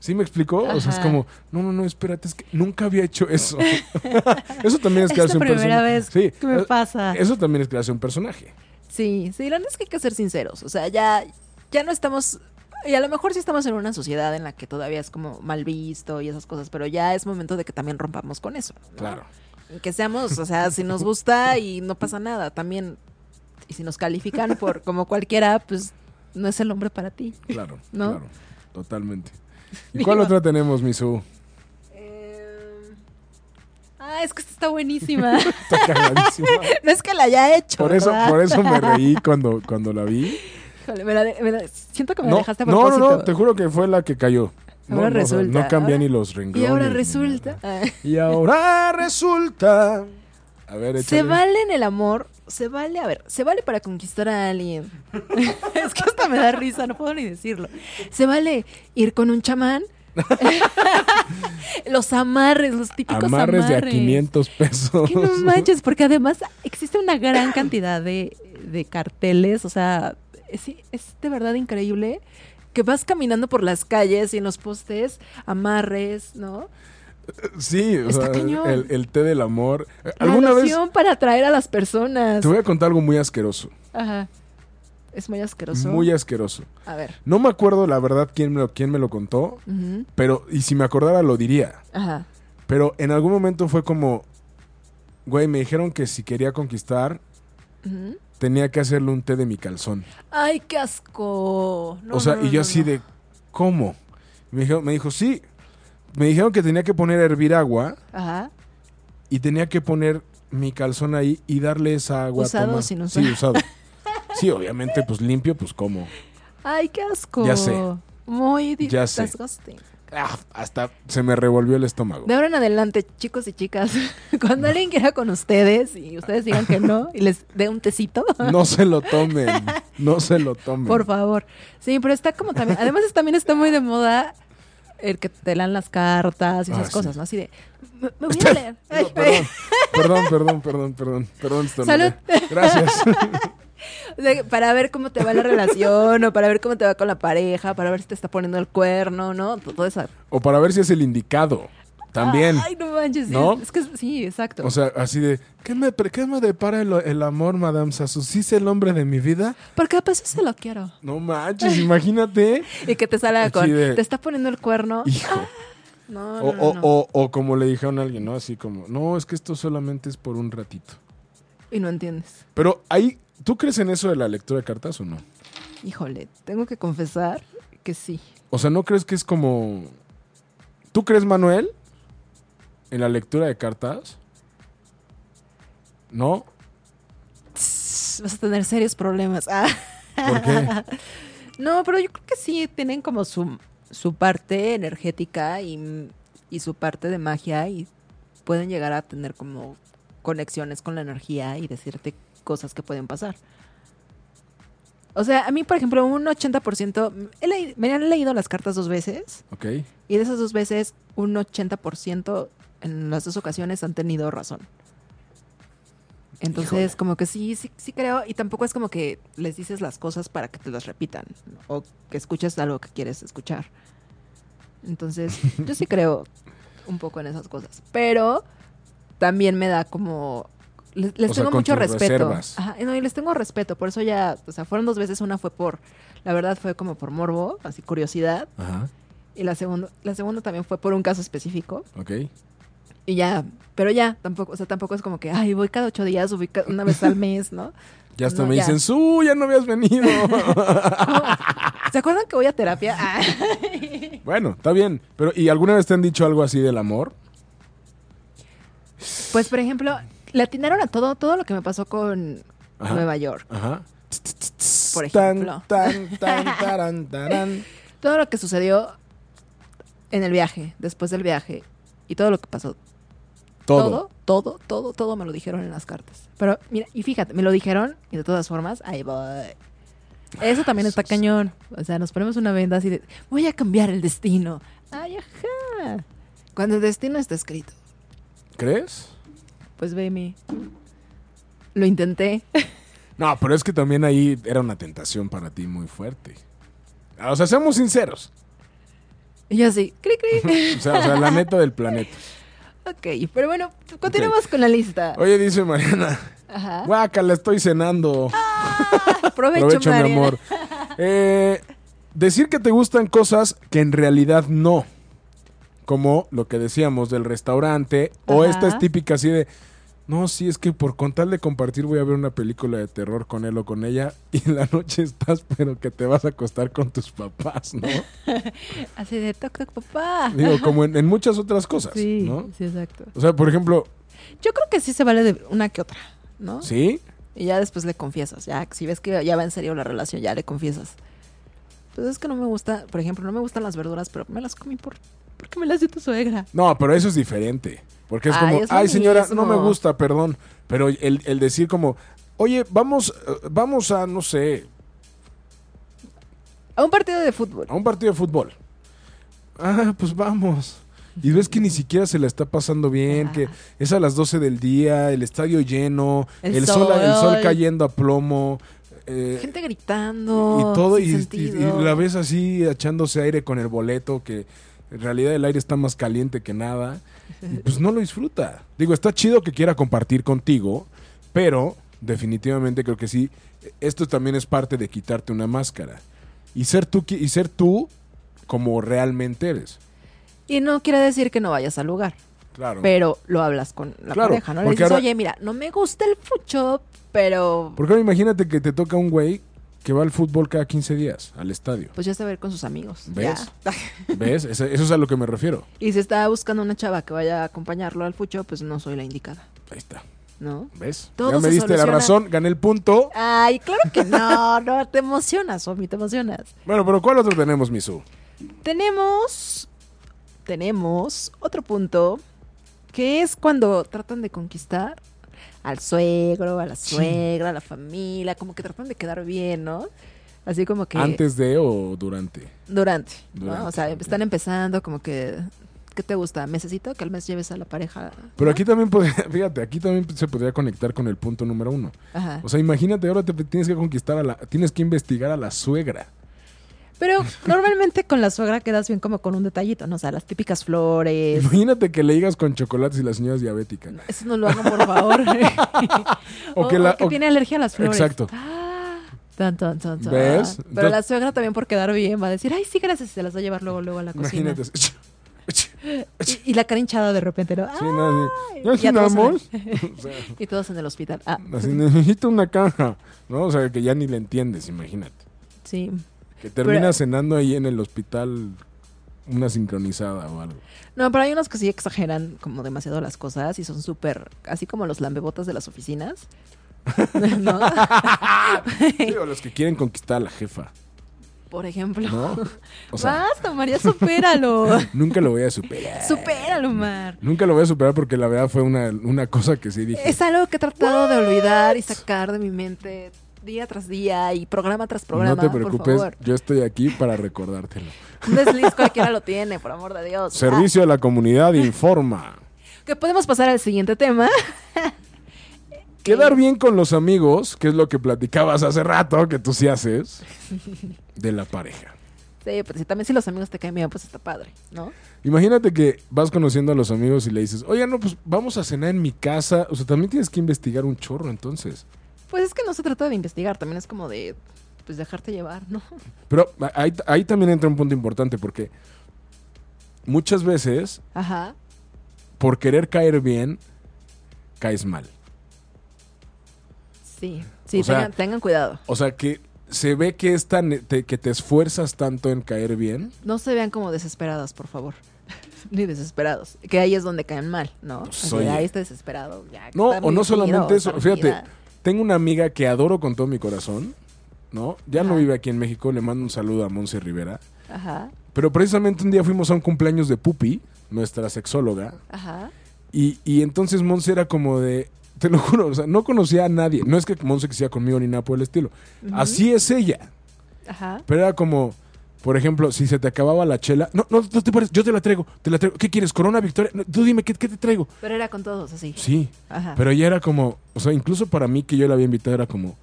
S3: ¿Sí me explicó? O sea, es
S2: Ajá.
S3: como, no, no, no, espérate, es que nunca había hecho eso. [laughs] eso también
S2: [laughs]
S3: es
S2: Es
S3: que hace
S2: la
S3: un
S2: primera
S3: personaje.
S2: vez
S3: Sí,
S2: que me
S3: eh,
S2: pasa.
S3: eso también es que hace un personaje.
S2: Sí, sí, la verdad es que hay que ser sinceros. O sea, ya, ya no estamos. Y a lo mejor sí estamos en una sociedad en la que todavía es como mal visto y esas cosas, pero ya es momento de que también rompamos con eso. ¿no? [laughs]
S3: Claro.
S2: Y que seamos, o sea, si nos gusta y no pasa nada, también. Y si nos califican por como cualquiera, pues no es el hombre para ti.
S3: Claro,
S2: ¿No?
S3: claro. Totalmente.
S2: [laughs]
S3: ¿Y cuál otra tenemos, Misu? [laughs]
S2: Em, Ah, es que esta está buenísima.
S3: Está cagadísima.
S2: [laughs] no es que la haya hecho.
S3: Por eso,
S2: ¿verdad?
S3: por eso
S2: [laughs]
S3: me reí cuando, cuando la vi.
S2: Híjole, me la de- me la- siento que me la
S3: No,
S2: dejaste a
S3: no, no,
S2: propósito.
S3: no, te juro que fue la que cayó. No,
S2: Ahora
S3: no, o sea,
S2: resulta,
S3: no cambié
S2: ahora-
S3: ni los renglones.
S2: y ahora
S3: ni
S2: resulta.
S3: nada. Y ahora resulta. A ver, échale.
S2: Se vale en el amor, se vale, a ver, se vale para conquistar a alguien. [laughs] es que hasta me da risa, no puedo ni decirlo. Se vale ir con un chamán. [laughs] los amarres, los típicos
S3: Amarres
S2: amarres.
S3: de a 500 pesos.
S2: Que no manches, porque además existe una gran cantidad de, de carteles, o sea, es, es de verdad increíble que vas caminando por las calles y en los postes, amarres, ¿no?
S3: [laughs] Sí, o
S2: Está
S3: sea,
S2: cañón.
S3: el, el té del amor.
S2: La
S3: ¿Alguna vez?
S2: loción para atraer a las personas.
S3: Te voy a contar algo muy asqueroso.
S2: Ajá. Es muy asqueroso.
S3: Muy asqueroso.
S2: A ver.
S3: No me acuerdo, la verdad, quién me lo, quién me lo contó.
S2: Ujú.
S3: Pero, y si me acordara, lo diría.
S2: Ajá.
S3: Pero en algún momento fue como, güey, me dijeron que si quería conquistar,
S2: Ujú.
S3: tenía que hacerle un té de mi calzón.
S2: Ay, qué asco. No,
S3: o sea,
S2: no,
S3: y
S2: no,
S3: yo
S2: no,
S3: así
S2: no.
S3: de, ¿cómo? Y Me dijo, me dijo, sí. Me dijeron que tenía que poner a hervir agua
S2: Ajá.
S3: y tenía que poner mi calzón ahí y darle esa agua. a
S2: ¿Usado o
S3: tomar.
S2: sin usar?
S3: Sí,
S2: [laughs]
S3: usado. Sí, obviamente, pues limpio, pues cómo.
S2: Ay, qué asco.
S3: Ya sé.
S2: Muy di-
S3: Ya sé.
S2: disgusting.
S3: ah, hasta se me revolvió el estómago.
S2: De ahora en adelante, chicos y chicas, [laughs] cuando alguien quiera con ustedes y ustedes digan que no y les dé un tecito, [laughs]
S3: No se lo tomen, no se lo tomen.
S2: por favor. Sí, pero está como también, además es- también está muy de moda el que te lean las cartas y esas
S3: Ah, sí.
S2: cosas, ¿no? Así de, me, me voy a leer. Ay,
S3: No, perdón, perdón, perdón, perdón, perdón, perdón. esto no-
S2: Salud.
S3: Gracias.
S2: O sea, para ver cómo te va la relación o para ver cómo te va con la pareja, para ver si te está poniendo el cuerno, ¿no? Todo eso.
S3: O para ver si es el indicado. También.
S2: Ay, no manches. sí,
S3: ¿No?
S2: Es que sí, exacto.
S3: O sea, así de, ¿qué me, pre- qué me depara el, el amor, Madame Sasu? ¿Sí es el hombre de mi vida?
S2: Porque a peso se lo quiero.
S3: No
S2: [laughs]
S3: manches, imagínate.
S2: Y que te salga
S3: Así
S2: con,
S3: de-
S2: te está poniendo el cuerno.
S3: Hijo.
S2: No, no,
S3: O, o-
S2: no, no.
S3: o- o como le dijeron a alguien, ¿no? Así como, no, es que esto solamente es por un ratito.
S2: Y no entiendes.
S3: Pero ahí, ¿tú crees en eso de la lectura de cartas o no?
S2: Híjole, tengo que confesar que sí.
S3: O sea, ¿no crees que es como... ¿Tú crees, Manuel, en la lectura de cartas? ¿No?
S2: Tss, Vas a tener serios problemas. Ah. [laughs]
S3: ¿Por qué?
S2: No, pero yo creo que sí tienen como su, su parte energética y, y su parte de magia y pueden llegar a tener como conexiones con la energía y decirte cosas que pueden pasar. O sea, a mí, por ejemplo, un 80%, he leí- me han leído las cartas dos veces
S3: Ok.
S2: y de esas dos veces, un 80% en las dos ocasiones han tenido razón. Entonces,
S3: Híjole.
S2: como que sí, sí, sí creo. Y tampoco es como que les dices las cosas para que te las repitan ¿no? o que escuches algo que quieres escuchar.
S3: [laughs]
S2: Entonces, yo sí creo un poco en esas cosas. Pero también me da como. Les, les
S3: O sea,
S2: tengo
S3: con
S2: mucho
S3: tus
S2: respeto.
S3: reservas.
S2: Ajá, no, y les tengo respeto. Por eso ya, o sea, fueron dos veces. Una fue por, la verdad fue como por morbo, así curiosidad.
S3: Ajá.
S2: Y la segunda, la segunda también fue por un caso específico.
S3: Ok.
S2: Y ya, pero ya, tampoco, o sea, tampoco es como que, ay, voy cada ocho días o voy ca- una vez al mes, ¿no?
S3: Ya hasta
S2: No,
S3: me
S2: ya.
S3: dicen, ¡Su! Ya no
S2: [laughs]
S3: habías venido.
S2: ¿Se acuerdan que voy a terapia? Ah.
S3: bueno, está bien. Pero, ¿y alguna vez te han dicho algo así del amor?
S2: Pues, por ejemplo, le atinaron a todo, todo lo que me pasó con
S3: Ajá.
S2: Nueva York.
S3: Ajá.
S2: Por
S3: Tan,
S2: ejemplo.
S3: tan, tan, taran, tarán.
S2: Todo lo que sucedió en el viaje, después del viaje, y todo lo que pasó.
S3: Todo.
S2: Todo, todo, todo, todo me lo dijeron en las cartas. Pero, mira, y fíjate, me lo dijeron y de todas formas, ahí voy. Eso también está cañón. O sea, nos ponemos una venda así de, voy a cambiar el destino. Ay, ajá. Cuando el destino está escrito,
S3: ¿Crees?
S2: pues veme. Lo intenté. [laughs]
S3: No, pero es que también ahí era una tentación para ti muy fuerte. Ah, O sea, seamos sinceros.
S2: Y yo así, cri, cri.
S3: [laughs] O sea, o sea, la neta del planeta.
S2: ok, pero bueno, continuamos con la lista.
S3: Oye, dice Mariana,
S2: [laughs] Ajá.
S3: guácala, estoy cenando.
S2: Aprovecho,
S3: [laughs] Aprovecho, mi
S2: Mariana.
S3: amor. Eh, decir que te gustan cosas que en realidad no. Como lo que decíamos del restaurante. O
S2: Ajá.
S3: esta es típica así de. No, sí, es que por con tal de compartir voy a ver una película de terror con él o con ella. [laughs] Y en la noche estás, pero que te vas a acostar con tus papás, ¿no?
S2: [laughs] Así de toc toc papá. [laughs]
S3: Digo, como en, en muchas otras cosas,
S2: Sí,
S3: ¿no?
S2: sí, exacto.
S3: O sea, por ejemplo,
S2: Yo creo que sí se vale de una que otra, ¿no?
S3: ¿sí?
S2: Y ya después le confiesas. Ya, si ves que ya va en serio la relación, ya le confiesas. Pues es que no me gusta, por ejemplo, no me gustan las verduras, pero me las comí por, porque me las dio tu suegra.
S3: No, pero eso es diferente. Porque es
S2: Ay,
S3: como,
S2: es lo
S3: ay señora, no me
S2: mismo".
S3: gusta, perdón. Pero el, el decir como, oye, vamos, eh, vamos a, no sé,
S2: A un partido de fútbol.
S3: a un partido de fútbol. Ah, pues vamos. Y ves que ni siquiera se la está pasando bien,
S2: Ah.
S3: que es a las 12 del día, el estadio lleno, el,
S2: El
S3: sol, el sol
S2: sol.
S3: cayendo a plomo. eh,
S2: Gente
S3: y
S2: gritando.
S3: todo,
S2: Oh, sin
S3: y, y- y
S2: sentido.
S3: la ves así echándose aire con el boleto, que en realidad el aire está más caliente que nada, y pues no lo disfruta. Digo, está chido que quiera compartir contigo, pero definitivamente creo que sí, esto también es parte de quitarte una máscara y ser tú, qui- y ser tú como realmente eres.
S2: Y no quiere decir que no vayas al lugar,
S3: Claro.
S2: pero lo hablas con la
S3: Claro,
S2: pareja, ¿no? Le
S3: porque
S2: dices,
S3: ahora-
S2: oye, mira, no me gusta el fucho, pero
S3: Porque ahora imagínate que te toca un güey que va al fútbol cada 15 días al estadio.
S2: pues ya se va a ir con sus amigos.
S3: ¿Ves?
S2: ya.
S3: ¿Ves? [laughs] Eso eso es a lo que me refiero.
S2: [laughs] Y si está buscando una chava que vaya a acompañarlo al fucho, pues no soy la indicada,
S3: Ahí está.
S2: ¿no?
S3: ¿Ves?
S2: Todo
S3: ya me
S2: se
S3: diste la
S2: soluciona.
S3: razón, gané el punto.
S2: Ay, claro que no, no, te emocionas, Omi, te emocionas.
S3: Bueno, pero ¿cuál otro tenemos, Misu?
S2: Tenemos tenemos otro punto, que es cuando tratan de conquistar al suegro, a la suegra, a la familia, como que tratan de quedar bien, ¿no? Así como que
S3: ¿Antes de o durante?
S2: durante, ¿no?
S3: Durante,
S2: O sea,
S3: ok.
S2: están empezando como que, ¿qué te gusta? Necesito que al mes lleves a la pareja.
S3: Pero
S2: ¿no?
S3: aquí también podría, [laughs] fíjate, aquí también se podría conectar con el punto número uno.
S2: Ajá.
S3: O sea, imagínate, ahora te tienes que conquistar a la, tienes que investigar a la suegra. [laughs]
S2: Pero normalmente con la suegra quedas bien como con un detallito, ¿no? O sea, las típicas flores.
S3: Imagínate que le digas con chocolates y la señora es diabética.
S2: Eso no lo hagan, por favor.
S3: [laughs]
S2: o,
S3: O que
S2: Oh, que,
S3: la- o-
S2: tiene alergia a las flores.
S3: Exacto.
S2: Ah, Tan, tan, tan, tan.
S3: ¿Ves?
S2: Pero
S3: Entonces-
S2: la suegra también por quedar bien va a decir, ay, sí, gracias, y se las va a llevar luego, luego a la cocina.
S3: Imagínate. Sí,
S2: Y, y la cara hinchada de repente, ¿no? Ah,
S3: no, sí. ¿Ya
S2: y ya todos
S3: cenamos? O sea,
S2: Y todos en el hospital. Ah,
S3: así, necesito una caja. ¿no? O sea, que ya ni le entiendes, imagínate.
S2: sí.
S3: Que termina
S2: Pero-
S3: cenando ahí en el hospital una sincronizada
S2: [laughs]
S3: o algo.
S2: No, pero hay unos que sí exageran como demasiado las cosas y son súper, así como los lambebotas de las oficinas.
S3: [laughs]
S2: ¿No?
S3: Sí, o los que quieren conquistar a la jefa,
S2: Por [laughs] ejemplo.
S3: ¿no? O sea,
S2: Basta, María,
S3: [laughs]
S2: supéralo.
S3: nunca lo voy a superar.
S2: supéralo, Mar.
S3: Nunca lo voy a superar porque la verdad fue una, una cosa que sí dije.
S2: Es algo que he tratado de olvidar y sacar de mi mente día tras día y programa tras programa.
S3: no te
S2: Por
S3: preocupes,
S2: favor.
S3: yo estoy aquí
S2: [laughs]
S3: para recordártelo.
S2: Un desliz cualquiera lo tiene, por amor de Dios.
S3: Servicio a la
S2: [laughs]
S3: comunidad informa.
S2: Ah, que podemos pasar al siguiente tema.
S3: Quedar bien con los amigos, que es lo que platicabas hace rato, que tú sí
S2: [laughs]
S3: haces, de la pareja.
S2: Sí, pues si también si los amigos te caen bien, pues está padre, ¿no?
S3: Imagínate que vas conociendo a los amigos y le dices, oye, no, pues vamos a cenar en mi casa. O sea, también tienes que investigar un chorro entonces.
S2: Pues es que no se trata de investigar, también es como de pues dejarte llevar, ¿no?
S3: Pero ahí, ahí también entra un punto importante porque muchas veces,
S2: Ajá.
S3: por querer caer bien, caes mal.
S2: Sí. Sí,
S3: O sea-
S2: tengan, tengan cuidado.
S3: O sea, que se ve que, es tan, te- que te esfuerzas tanto en caer bien.
S2: No se vean como desesperadas, por favor. [laughs] Ni desesperados. Que ahí es donde caen mal, ¿no?
S3: Pues,
S2: Así de,
S3: oye.
S2: "Ay, está desesperado. ya,
S3: No,
S2: está
S3: o no
S2: muy
S3: solamente
S2: dormido,
S3: eso.
S2: dormida".
S3: Fíjate, tengo una amiga que adoro con todo mi corazón, ¿no? Ya no
S2: Ajá.
S3: vive aquí en México, le mando un saludo a Monse Rivera.
S2: Ajá,
S3: Pero precisamente un día fuimos a un cumpleaños de Pupi, nuestra sexóloga,
S2: ajá.
S3: y, y entonces Monse era como de, te lo juro, o sea, no conocía a nadie. No es que Monse quisiera conmigo ni nada por el estilo. Así es ella.
S2: Ajá.
S3: Pero era como, por ejemplo, si se te acababa la chela, no, no, no te pares, yo te la traigo, te la traigo. ¿Qué quieres? ¿Corona Victoria? No, tú dime, ¿qué, ¿qué te traigo?
S2: Pero era con todos, así.
S3: Sí,
S2: Ajá.
S3: Pero ella era como, o sea, incluso para mí que yo la había invitado era como,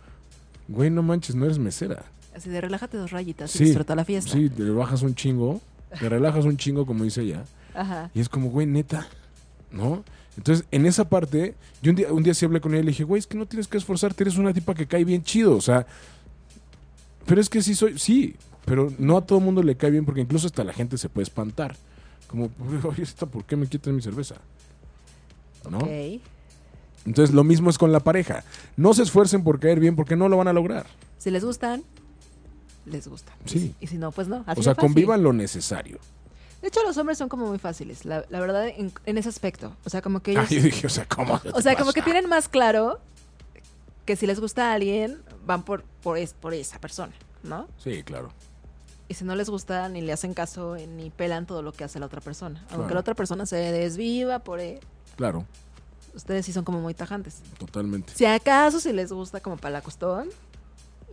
S3: güey, no manches, no eres mesera.
S2: Así de relájate dos rayitas
S3: Sí,
S2: y disfruta la fiesta.
S3: Sí, te bajas un chingo, te relajas un chingo como dice ella.
S2: Ajá.
S3: Y es como, güey, neta, ¿no? Entonces, en esa parte, yo un día, un día sí hablé con ella y le dije, güey, es que no tienes que esforzarte, eres una tipa que cae bien chido, o sea, pero es que sí soy, sí, pero no a todo mundo le cae bien porque incluso hasta la gente se puede espantar. Como, [laughs] oye, esta, ¿por qué me quitan mi cerveza? ¿No?
S2: Ok.
S3: Entonces lo mismo es con la pareja. No se esfuercen por caer bien porque no lo van a lograr.
S2: Si les gustan, les gustan.
S3: Sí.
S2: Y si no, pues no. Así
S3: o sea,
S2: de fácil.
S3: convivan lo necesario.
S2: De hecho, los hombres son como muy fáciles, la, la verdad, en, en ese aspecto. O sea, como que
S3: [laughs]
S2: ellos.
S3: Ah, yo dije, o sea, ¿cómo?
S2: o sea,
S3: [laughs]
S2: como que tienen más claro que si les gusta a alguien, van por, por, es, por esa persona, ¿no?
S3: Sí, claro.
S2: Y si no les gusta, ni le hacen caso, eh, ni pelan todo lo que hace la otra persona. Aunque
S3: Claro.
S2: la otra persona se desviva por. eh,
S3: Claro,
S2: ustedes sí son como muy tajantes.
S3: totalmente.
S2: Si acaso si les gusta como para la costón,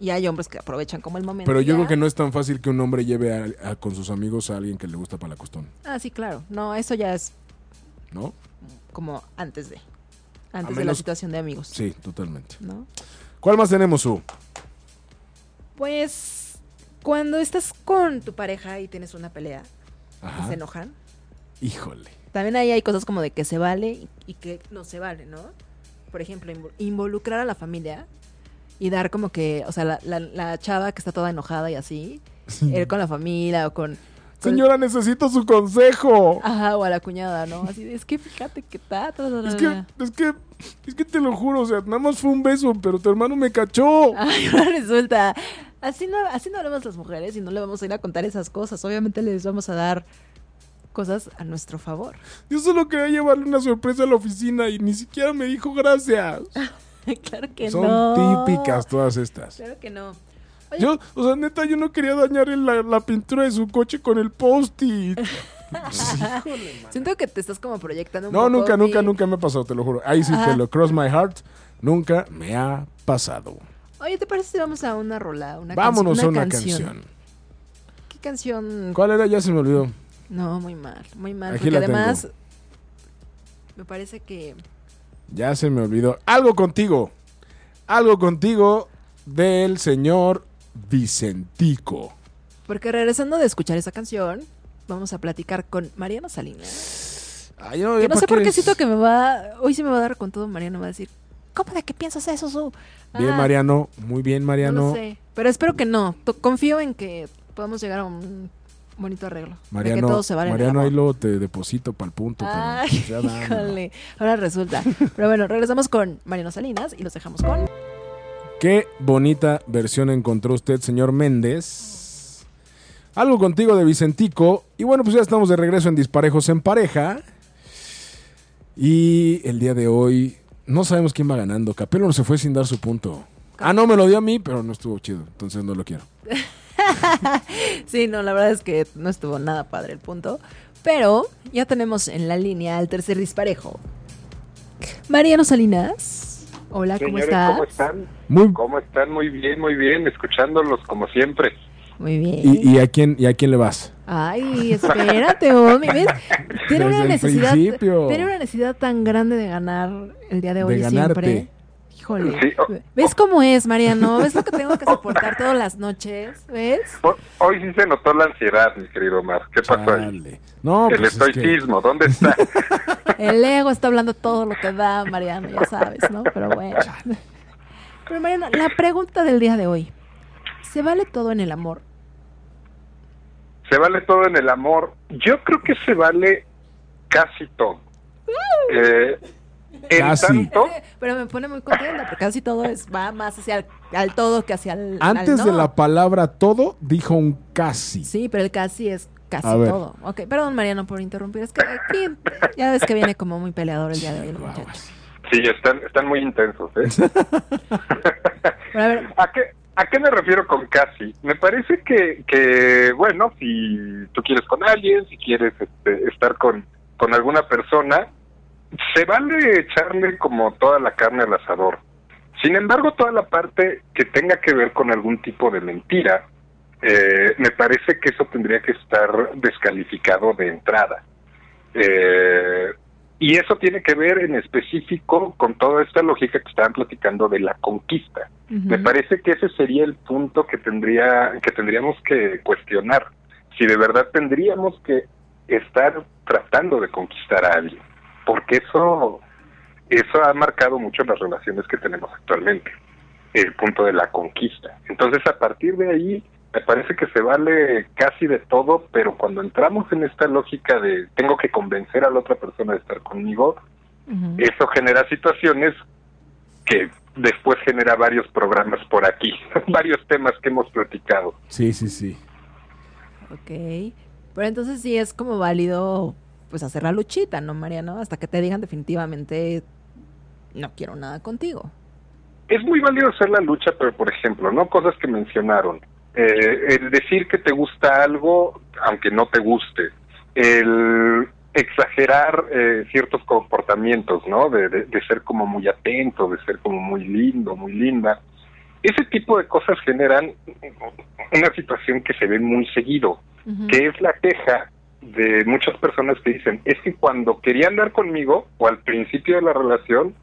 S2: y hay hombres que aprovechan como el momento.
S3: Pero yo
S2: ya.
S3: creo que no es tan fácil que un hombre lleve a- a- con sus amigos a alguien que le gusta palacostón,
S2: Ah, sí, claro. No, eso ya es
S3: ¿no?
S2: como antes de. Antes de la
S3: menos-
S2: situación de amigos.
S3: Sí, totalmente.
S2: ¿No?
S3: ¿Cuál más tenemos, Su?
S2: Pues cuando estás con tu pareja y tienes una pelea y
S3: Ajá.
S2: se enojan,
S3: Híjole.
S2: también ahí hay cosas como de que se vale y- y que no se vale, ¿no? Por ejemplo, invo- involucrar a la familia y dar como que, o sea, la, la- la chava que está toda enojada y
S3: [laughs]
S2: así, él con la familia o con... con-
S3: Señora, necesito su consejo.
S2: Ajá, o a la cuñada, ¿no? Así de, es que fíjate que ta, ta, ta, ta,
S3: Es que,
S2: ta".
S3: es que, es que te lo juro, o sea, nada más fue un beso, pero tu hermano me cachó.
S2: Ay, ahora resulta. Así no, así no hablamos las mujeres y no le vamos a ir a contar esas cosas. Obviamente les vamos a dar cosas a nuestro favor.
S3: Yo solo quería llevarle una sorpresa a la oficina y ni siquiera me dijo gracias.
S2: [laughs] claro Ah, que
S3: Son
S2: no.
S3: típicas todas estas.
S2: Claro que no. Oye,
S3: Yo, o sea, neta, yo no quería dañar la, la pintura de su coche con el post-it.
S2: Siento que te estás como proyectando un
S3: No,
S2: poco
S3: nunca,
S2: y-
S3: nunca, nunca me ha pasado, te lo juro. Ahí sí te lo cross my heart. Nunca me ha pasado.
S2: Oye, ¿te parece si vamos a una rola? Una canc-
S3: Vámonos a una
S2: canción?
S3: canción.
S2: ¿Qué canción?
S3: ¿Cuál era? Ya se me olvidó.
S2: No, muy mal, muy mal.
S3: Aquí
S2: porque
S3: la tengo.
S2: además, me parece que.
S3: Ya se me olvidó. Algo contigo. Algo contigo del señor Vicentico.
S2: Porque regresando de escuchar esa canción, vamos a platicar con Mariana Salinas.
S3: Ay, no,
S2: Que
S3: ya
S2: no
S3: pa'
S2: sé por qué
S3: eres-
S2: siento que me va. Hoy sí me va a dar con todo Mariana. Me va a decir, ¿cómo de qué piensas eso, Su?
S3: Bien,
S2: Ah,
S3: Mariano. Muy bien,
S2: No
S3: Mariano.
S2: lo sé. Pero espero que no. To- Confío en que podamos llegar a un bonito arreglo. de que
S3: Mariano,
S2: todo se vale en el
S3: Mariano ahí
S2: amor.
S3: luego te deposito para el punto. pero,
S2: Ay,
S3: o sea, dame, ¿no?
S2: híjole. Ahora resulta. Pero bueno, regresamos con Mariano Salinas y los dejamos con.
S3: Qué bonita versión encontró usted, señor Méndez. Algo contigo de Vicentico. Y bueno, pues ya estamos de regreso en Disparejos en Pareja. Y el día de hoy no sabemos quién va ganando. Capelo se fue sin dar su punto. Ah, no, me lo dio a mí, pero no estuvo chido. Entonces no lo quiero.
S2: Sí, no, la verdad es que no estuvo nada padre el punto. Pero ya tenemos en la línea al tercer disparejo. Mariano Salinas. Hola, ¿cómo
S5: Señores,
S2: estás?
S5: ¿cómo están?
S3: Muy,
S5: ¿Cómo están? Muy bien, muy bien, escuchándolos como siempre.
S2: Muy bien.
S3: y, y a quién, ¿Y a quién le vas?
S2: Ay, espérate, Omi.
S3: [laughs]
S2: ¿Ves? Tiene una
S3: Desde el
S2: necesidad.
S3: principio.
S2: Tiene una necesidad tan grande de ganar el día de hoy
S3: De
S2: y
S3: ganarte.
S2: siempre. Híjole.
S5: Sí, oh. o-
S2: ¿Ves cómo es, Mariano? ¿Ves lo que tengo que soportar todas las noches? ¿Ves?
S5: Ho- Hoy sí se notó la ansiedad, mi querido Omar. ¿Qué pasó ahí?
S3: Chale. No,
S5: El
S3: pues es que-
S5: estoicismo,
S3: [laughs]
S5: ¿dónde está?
S2: El ego está hablando todo lo que da, Mariano, ya sabes, ¿no? Pero bueno. Pero Mariano, la pregunta del día de hoy. ¿Se vale todo en el amor?
S5: se vale todo en el amor. Yo creo que se vale casi todo.
S3: Uh.
S5: Eh, en
S3: Casi.
S5: tanto,
S2: Pero me pone muy contenta porque casi todo es va más hacia el al todo que hacia el al
S3: Antes de
S2: no.
S3: la palabra todo, dijo un casi.
S2: Sí, pero el casi es casi
S3: A ver.
S2: todo. Ok, perdón Mariano por interrumpir. Es que aquí ya ves que viene como muy peleador el día de hoy, el muchacho.
S3: Chihuahuas.
S5: sí, están, están muy intensos. ¿eh?
S2: Pero a ver,
S5: ¿A qué, ¿A qué me refiero con casi? Me parece que, que, bueno, si tú quieres con alguien, si quieres este, estar con, con alguna persona, se vale echarle como toda la carne al asador. Sin embargo, toda la parte que tenga que ver con algún tipo de mentira, eh, me parece que eso tendría que estar descalificado de entrada. Eh, y eso tiene que ver en específico con toda esta lógica que estaban platicando de la conquista. Me
S2: ujú.
S5: parece que ese sería el punto que tendría que tendríamos que cuestionar, si de verdad tendríamos que estar tratando de conquistar a alguien, porque eso eso ha marcado mucho las relaciones que tenemos actualmente, el punto de la conquista. Entonces, a partir de ahí me parece que se vale casi de todo, pero cuando entramos en esta lógica de tengo que convencer a la otra persona de estar conmigo,
S2: Ujú.
S5: eso genera situaciones que después genera varios programas por aquí, [laughs] varios temas que hemos platicado.
S3: Sí, sí, sí.
S2: Ok. Pero entonces sí es como válido pues hacer la luchita, ¿no, Mariano? Hasta que te digan definitivamente no quiero nada contigo.
S5: Es muy válido hacer la lucha, pero por ejemplo, ¿no? Cosas que mencionaron. Eh, el decir que te gusta algo, aunque no te guste. El exagerar eh, ciertos comportamientos, ¿no? De, de- de ser como muy atento, de ser como muy lindo, muy linda. Ese tipo de cosas generan una situación que se ve muy seguido.
S2: Ujú.
S5: que es la queja de muchas personas que dicen, es que cuando quería andar conmigo, o al principio de la relación,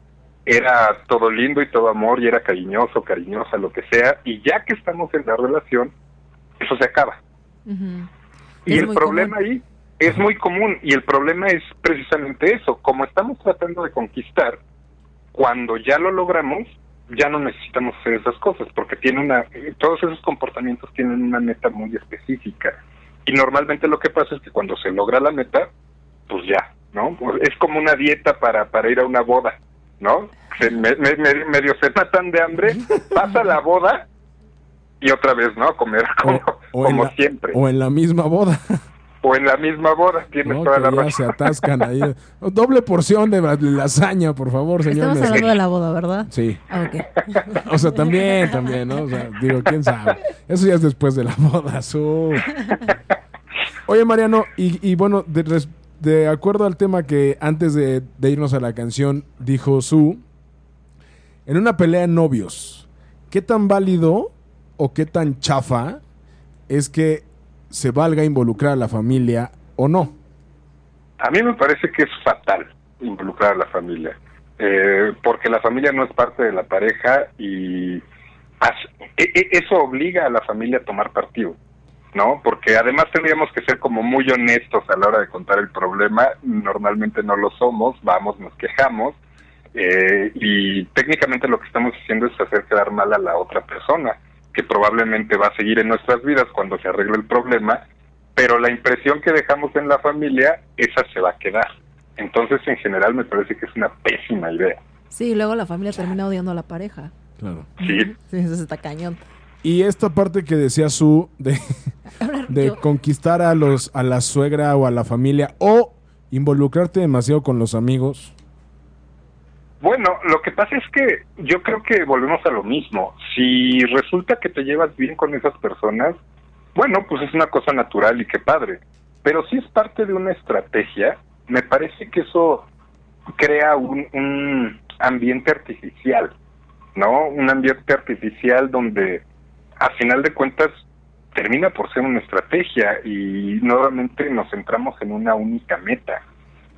S5: era todo lindo y todo amor, y era cariñoso, cariñosa, lo que sea, y ya que estamos en la relación, eso se acaba.
S2: Ujú.
S5: Y
S2: Es
S5: el
S2: muy
S5: problema
S2: común.
S5: ahí es muy común y el problema es precisamente eso, como estamos tratando de conquistar, cuando ya lo logramos, ya no necesitamos hacer esas cosas porque tiene una todos esos comportamientos tienen una meta muy específica. Y normalmente lo que pasa es que cuando se logra la meta, pues ya, ¿no? Pues Es como una dieta para para ir a una boda, ¿no? Se- me- me- me- medio se matan de hambre, pasa la boda y otra vez, ¿no? A Comer [laughs] como, como
S3: la,
S5: siempre
S3: o en la misma boda.
S5: o en la misma boda, tienes
S3: ¿no?
S5: toda
S3: Que
S5: la
S3: ya
S5: razón.
S3: se atascan ahí. Doble porción de la- lasaña, por favor, señor.
S2: Estamos
S3: Mesa.
S2: hablando de la boda, ¿verdad?
S3: Sí.
S2: Ah, ok.
S3: O sea, también, también, ¿no? O sea, digo, quién sabe. Eso ya es después de la boda, su. Oye, Mariano, y, y bueno, de, res- de acuerdo al tema que antes de, de irnos a la canción dijo Su, en una pelea de novios, ¿qué tan válido o qué tan chafa es que se valga involucrar a la familia o no?
S5: A mí me parece que es fatal involucrar a la familia, eh, porque la familia no es parte de la pareja y as- e- e- eso obliga a la familia a tomar partido, ¿no? Porque además tendríamos que ser como muy honestos a la hora de contar el problema, normalmente no lo somos, vamos, nos quejamos. eh, y técnicamente lo que estamos haciendo es hacer quedar mal a la otra persona, que probablemente va a seguir en nuestras vidas cuando se arregle el problema pero la impresión que dejamos en la familia, esa se va a quedar. Entonces, en general, me parece que es una pésima idea.
S2: Sí, luego la familia termina odiando a la pareja.
S3: Claro.
S5: Sí,
S2: Sí, eso está cañón.
S3: Y esta parte que decía Su
S2: [laughs]
S3: de,
S2: Hablar
S3: de
S2: yo.
S3: conquistar a los a la suegra o a la familia o involucrarte demasiado con los amigos.
S5: Bueno, lo que pasa es que yo creo que volvemos a lo mismo. Si resulta que te llevas bien con esas personas, bueno, pues es una cosa natural y qué padre. Pero si es parte de una estrategia, me parece que eso crea un, un ambiente artificial, ¿no? Un ambiente artificial donde, a final de cuentas, termina por ser una estrategia y nuevamente nos centramos en una única meta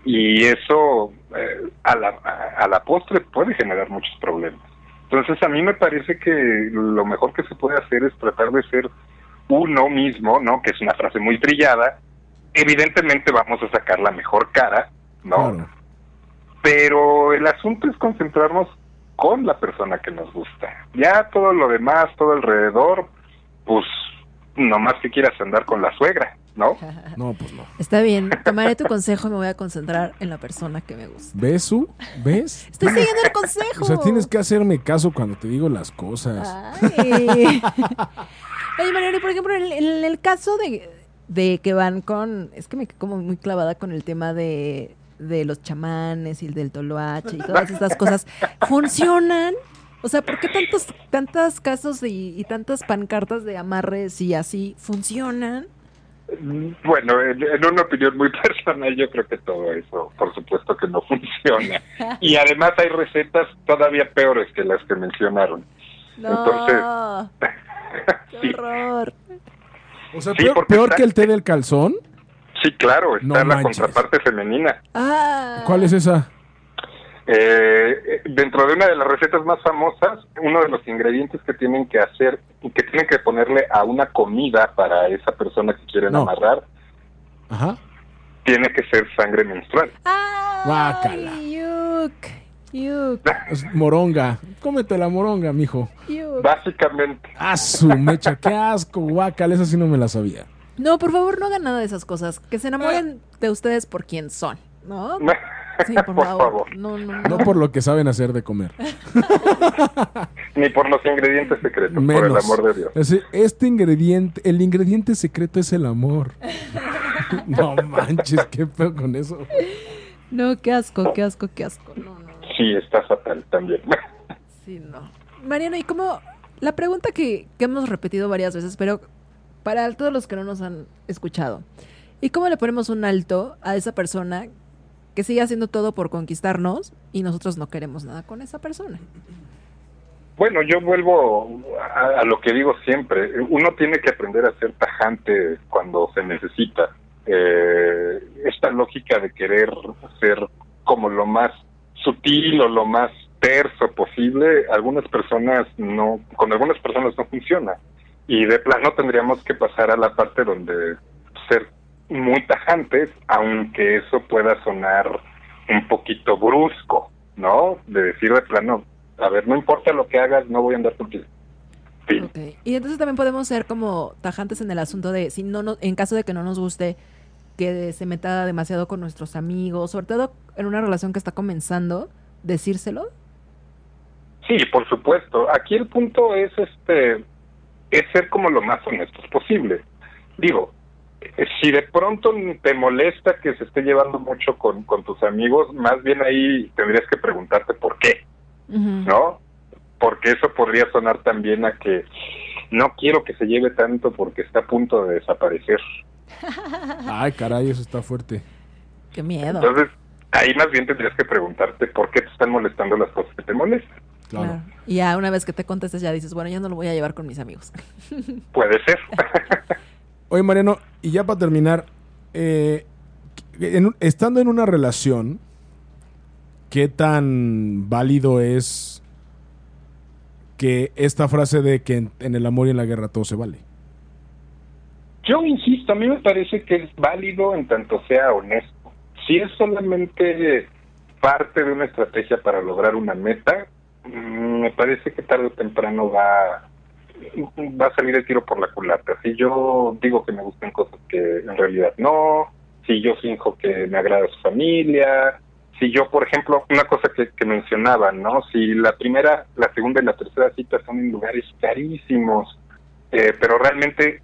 S5: y eso eh, a, la, a- a la postre puede generar muchos problemas. Entonces a mí me parece que lo mejor que se puede hacer es tratar de ser uno mismo, ¿no? Que es una frase muy trillada. Evidentemente vamos a sacar la mejor cara, ¿no?
S3: Claro.
S5: pero el asunto es concentrarnos con la persona que nos gusta. Ya todo lo demás, todo alrededor, pues nomás que quieras andar con la suegra, ¿no?
S3: No, pues no.
S2: Está bien, tomaré tu consejo y me voy a concentrar en la persona que me gusta.
S3: ¿Ves Su? ¿Ves?
S2: Estoy siguiendo el consejo.
S3: O sea, tienes que hacerme caso cuando te digo las
S2: Ah.
S3: cosas.
S2: Ay. [laughs] Oye, Mariano, y por ejemplo, en, en el caso de, de que van con. Es que me quedé como muy clavada con el tema de, de los chamanes y el del toloache y todas estas cosas. ¿Funcionan? O sea, ¿por qué tantos, tantas casos y, y tantas pancartas de amarres y así funcionan?
S5: Bueno, en, en una opinión muy [laughs] personal, yo creo que todo eso, por supuesto que no [laughs] funciona. Y además hay recetas todavía peores que las que mencionaron.
S2: No.
S5: Sí,
S2: [laughs] ¡Qué horror!
S3: O sea,
S5: Sí,
S3: peor,
S5: porque
S3: peor
S5: está-
S3: que el té del calzón.
S5: sí, claro, está
S3: No
S5: la
S3: manches.
S5: contraparte femenina.
S2: Ah.
S3: ¿Cuál es esa?
S5: Eh, eh, dentro de una de las recetas más famosas, uno de los ingredientes que tienen que hacer y que tienen que ponerle a una comida para esa persona que quieren
S3: No.
S5: amarrar,
S3: Ajá.
S5: tiene que ser sangre menstrual.
S2: ¡Ay,
S3: Guácala.
S2: Yuk, yuk,
S3: Es moronga. Cómete la moronga, mijo.
S2: yuk.
S5: Básicamente,
S3: Ah, su mecha. Qué asco, guacal. Esa sí no me la sabía.
S2: No, por favor, no hagan nada de esas cosas. Que se enamoren de ustedes por quien son, ¿no? Sí, por,
S5: por
S2: favor.
S5: favor,
S2: No, no, no.
S3: No por lo que saben hacer de comer.
S5: ni por los ingredientes secretos, por el
S3: Menos.
S5: amor de Dios.
S3: Es decir, este ingrediente, el ingrediente secreto es el amor. no manches, qué feo con eso.
S2: No, qué asco, qué asco, qué asco. No, no, no.
S5: Sí, está fatal también. [laughs]
S2: Sí, no. Mariano, y como la pregunta que, que hemos repetido varias veces, pero para todos los que no nos han escuchado, ¿y cómo le ponemos un alto a esa persona que sigue haciendo todo por conquistarnos y nosotros no queremos nada con esa persona?
S5: Bueno, yo vuelvo a, a lo que digo siempre. Uno tiene que aprender a ser tajante cuando se necesita. Eh, esta lógica de querer ser como lo más sutil o lo más terso posible, algunas personas no, con algunas personas no funciona. Y de plano tendríamos que pasar a la parte donde ser muy tajantes, aunque eso pueda sonar un poquito brusco, ¿no? De decir de plano, a ver, no importa lo que hagas, no voy a andar contigo. Sí.
S2: Ok. Y entonces también podemos ser como tajantes en el asunto de si no nos- en caso de que no nos guste que se meta demasiado con nuestros amigos, sobre todo en una relación que está comenzando, decírselo.
S5: Sí, por supuesto. Aquí el punto es este es ser como lo más honestos posible. Digo, eh, si de pronto te molesta que se esté llevando mucho con, con tus amigos, más bien ahí tendrías que preguntarte por qué, ¿no? Porque eso podría sonar también a que no quiero que se lleve tanto porque está a punto de desaparecer,
S3: Ay, caray, eso está fuerte.
S2: Qué miedo.
S5: Entonces, ahí más bien tendrías que preguntarte por qué te están molestando las cosas que te molestan.
S3: Claro.
S2: Claro. Y ya una vez que te contestes ya dices, bueno, yo no lo voy a llevar con mis amigos. [laughs]
S5: Puede ser.
S3: Oye, Mariano, y ya para terminar, eh, en un- estando en una relación, ¿qué tan válido es que esta frase de que en, en el amor y en la guerra todo se vale?
S5: Yo insisto, a mí me parece que es válido en tanto sea honesto. Si es solamente parte de una estrategia para lograr una meta, mm, me parece que tarde o temprano va, va a salir el tiro por la culata. Si yo digo que me gustan cosas que en realidad no, si yo finjo que me agrada su familia, si yo, por ejemplo, una cosa que, que mencionaban, ¿no? Si la primera, la segunda y la tercera cita son en lugares carísimos, eh, pero realmente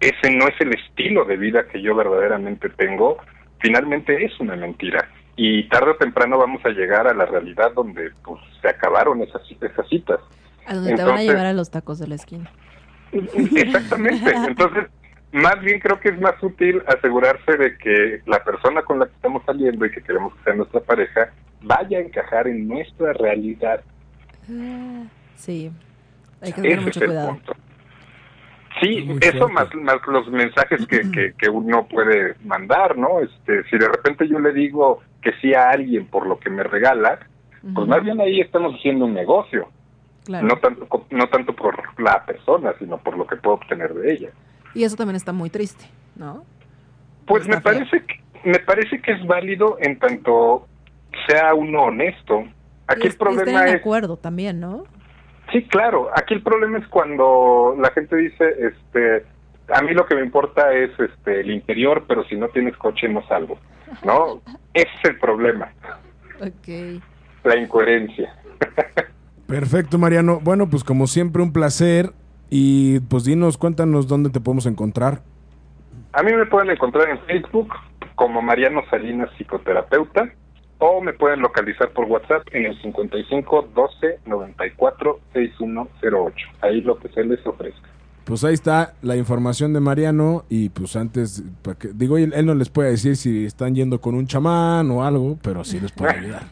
S5: ese no es el estilo de vida que yo verdaderamente tengo, finalmente es una mentira. Y tarde o temprano vamos a llegar a la realidad donde pues, se acabaron esas, esas citas.
S2: A donde te van a
S5: Entonces-
S2: llevar a los tacos de la esquina.
S5: Exactamente. Entonces, más bien creo que es más útil asegurarse de que la persona con la que estamos saliendo y que queremos que sea nuestra pareja vaya a encajar en nuestra realidad.
S2: Ah, Sí. Hay que tener
S5: Ese es
S2: mucho
S5: el
S2: cuidado.
S5: punto.
S3: Es
S5: Sí,
S3: muy
S5: eso
S3: fuerte.
S5: más, más los mensajes que, que, que uno puede mandar, ¿no? Este, si de repente yo le digo que sí a alguien por lo que me regala, pues más bien ahí estamos haciendo un negocio,
S2: Claro.
S5: no tanto co- no tanto por la persona, sino por lo que puedo obtener de ella.
S2: Y eso también está muy triste, ¿no?
S5: Pues me
S2: Está feo.
S5: parece que, me parece que es válido en tanto sea uno honesto.
S2: Y
S5: Aquí el
S2: es- y estén
S5: problema
S2: en
S5: es
S2: acuerdo también, ¿no?
S5: Sí, claro. Aquí el problema es cuando la gente dice, este, a mí lo que me importa es este el interior, pero si no tienes coche no salgo, ¿no? Ese es el problema, [laughs]
S2: Ok.
S5: la incoherencia.
S3: Perfecto, Mariano. Bueno, pues como siempre, un placer. Y pues dinos, cuéntanos dónde te podemos encontrar.
S5: A mí me pueden encontrar en Facebook como Mariano Salinas psicoterapeuta o me pueden localizar por WhatsApp en el 55 12 94 6108. Ahí lo que se les ofrezca.
S3: Pues ahí está la información de Mariano y pues antes, pa' que- digo, él, él no les puede decir si están yendo con un chamán o algo, pero sí les puede ayudar.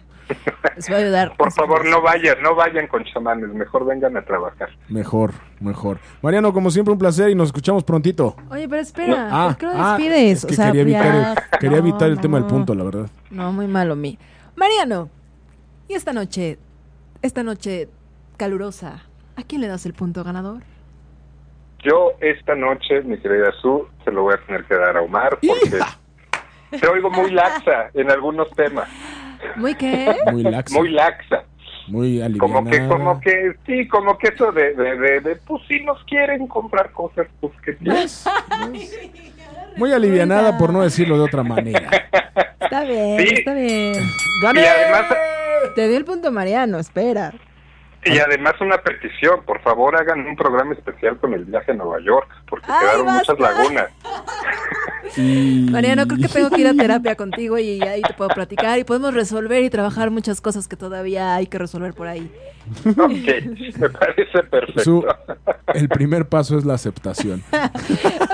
S2: Les va a ayudar.
S5: Por favor, no vayan, no vayan con chamanes, mejor vengan a trabajar.
S3: Mejor, mejor. Mariano, como siempre, un placer y nos escuchamos prontito.
S2: Oye, pero espera,
S3: Ah,
S2: ¿por qué lo
S3: ah,
S2: pues despides?
S3: es que
S2: o sea,
S3: quería evitar, el,
S2: ya-
S3: quería
S2: no,
S3: evitar el tema del
S2: no.
S3: punto, la verdad.
S2: No, muy malo mí. Mariano, y esta noche, esta noche calurosa, ¿a quién le das el punto ganador?
S5: Yo esta noche, mi querida Su, se lo voy a tener que dar a Omar porque te oigo muy laxa en algunos temas,
S2: Muy qué?
S3: Muy laxo.
S5: muy laxa.
S3: Muy alivianada.
S5: Como que, como que, sí, como que eso de, de, de, de, pues si nos quieren comprar cosas, pues que sí.
S3: ¿Ves? ¿Ves? Muy alivianada, por no decirlo de otra manera.
S5: [laughs]
S2: Está bien,
S5: Sí.
S2: está bien.
S3: ¡Gané!
S5: Y además-
S2: Te dio el punto Mariano, espera.
S5: Y además una petición, por favor hagan un programa especial con el viaje a Nueva York, porque
S2: Ay,
S5: quedaron muchas
S2: basta. [laughs]
S5: lagunas.
S3: Y-
S2: Mariano, creo que tengo que ir a terapia contigo y ahí te puedo platicar y podemos resolver y trabajar muchas cosas que todavía hay que resolver por ahí.
S5: Ok, me parece perfecto.
S3: Su- el primer paso es la aceptación.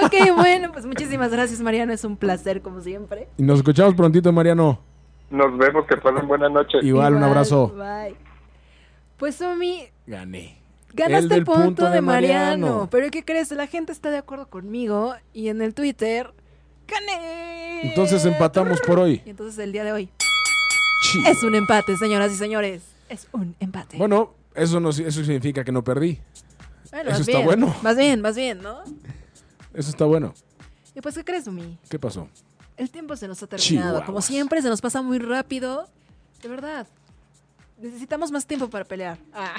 S2: Ok, bueno, pues muchísimas gracias Mariano, es un placer como siempre.
S3: Y nos escuchamos prontito, Mariano.
S5: Nos vemos, que pasen buena noche.
S3: Igual, un abrazo.
S2: Bye. Pues Omi,
S3: Gané.
S2: Ganaste
S3: El
S2: el,
S3: del
S2: punto,
S3: punto
S2: de
S3: de
S2: Mariano.
S3: Mariano.
S2: Pero ¿qué crees? La gente está de acuerdo conmigo y en el Twitter. ¡Gané!
S3: Entonces empatamos por hoy.
S2: Y entonces el día de hoy
S3: Chi.
S2: es un empate, señoras y señores. Es un empate.
S3: Bueno, eso, no, eso significa que no perdí.
S2: Bueno,
S3: eso
S2: más
S3: está
S2: bien,
S3: bueno.
S2: Más bien, más bien, ¿no?
S3: Eso está bueno.
S2: Y pues, ¿qué crees, Umi?
S3: ¿Qué pasó?
S2: El tiempo se nos ha terminado. Como
S3: Chihuahuas.
S2: siempre, se nos pasa muy rápido. De verdad. Necesitamos más tiempo para pelear. Ah.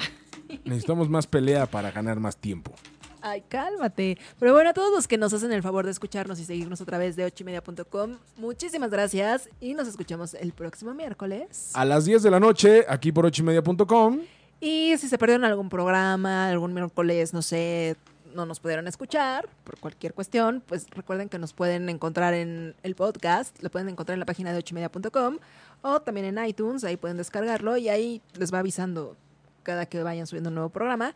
S3: Necesitamos más pelea para ganar más tiempo.
S2: Ay, cálmate. Pero bueno, a todos los que nos hacen el favor de escucharnos y seguirnos a través de ochimedia.com, muchísimas gracias y nos escuchamos el próximo miércoles.
S3: A las 10 de la noche, aquí por 8ymedia.com.
S2: Y si se perdieron algún programa, algún miércoles, no sé, no nos pudieron escuchar por cualquier cuestión, pues recuerden que nos pueden encontrar en el podcast, lo pueden encontrar en la página de ochimedia.com o también en iTunes, ahí pueden descargarlo y ahí les va avisando cada que vayan subiendo un nuevo programa.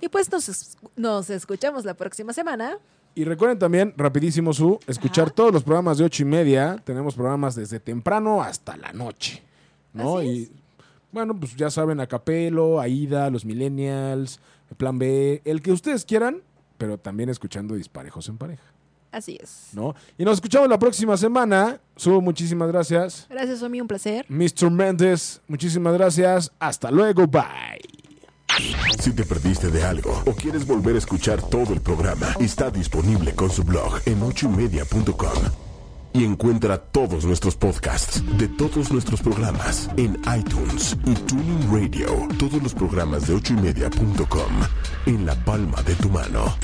S2: Y pues nos, es- nos escuchamos la próxima semana.
S3: Y recuerden también, rapidísimo, su escuchar todos los programas de ocho y media. Tenemos programas desde temprano hasta la noche. ¿No?
S2: Así
S3: y bueno, pues ya saben, Acapelo, Aida, los Millennials, Plan B, el que ustedes quieran, pero también escuchando Disparejos en Pareja.
S2: Así es.
S3: ¿No? Y nos escuchamos la próxima semana. Su, muchísimas gracias.
S2: Gracias, Omi, un placer.
S3: Mr. Méndez, muchísimas gracias. Hasta luego, bye.
S1: Si te perdiste de algo o quieres volver a escuchar todo el programa, está disponible con su blog en ochoymedia.com. Y encuentra todos nuestros podcasts de todos nuestros programas en iTunes y Tuning Radio. Todos los programas de ochoymedia.com en la palma de tu mano.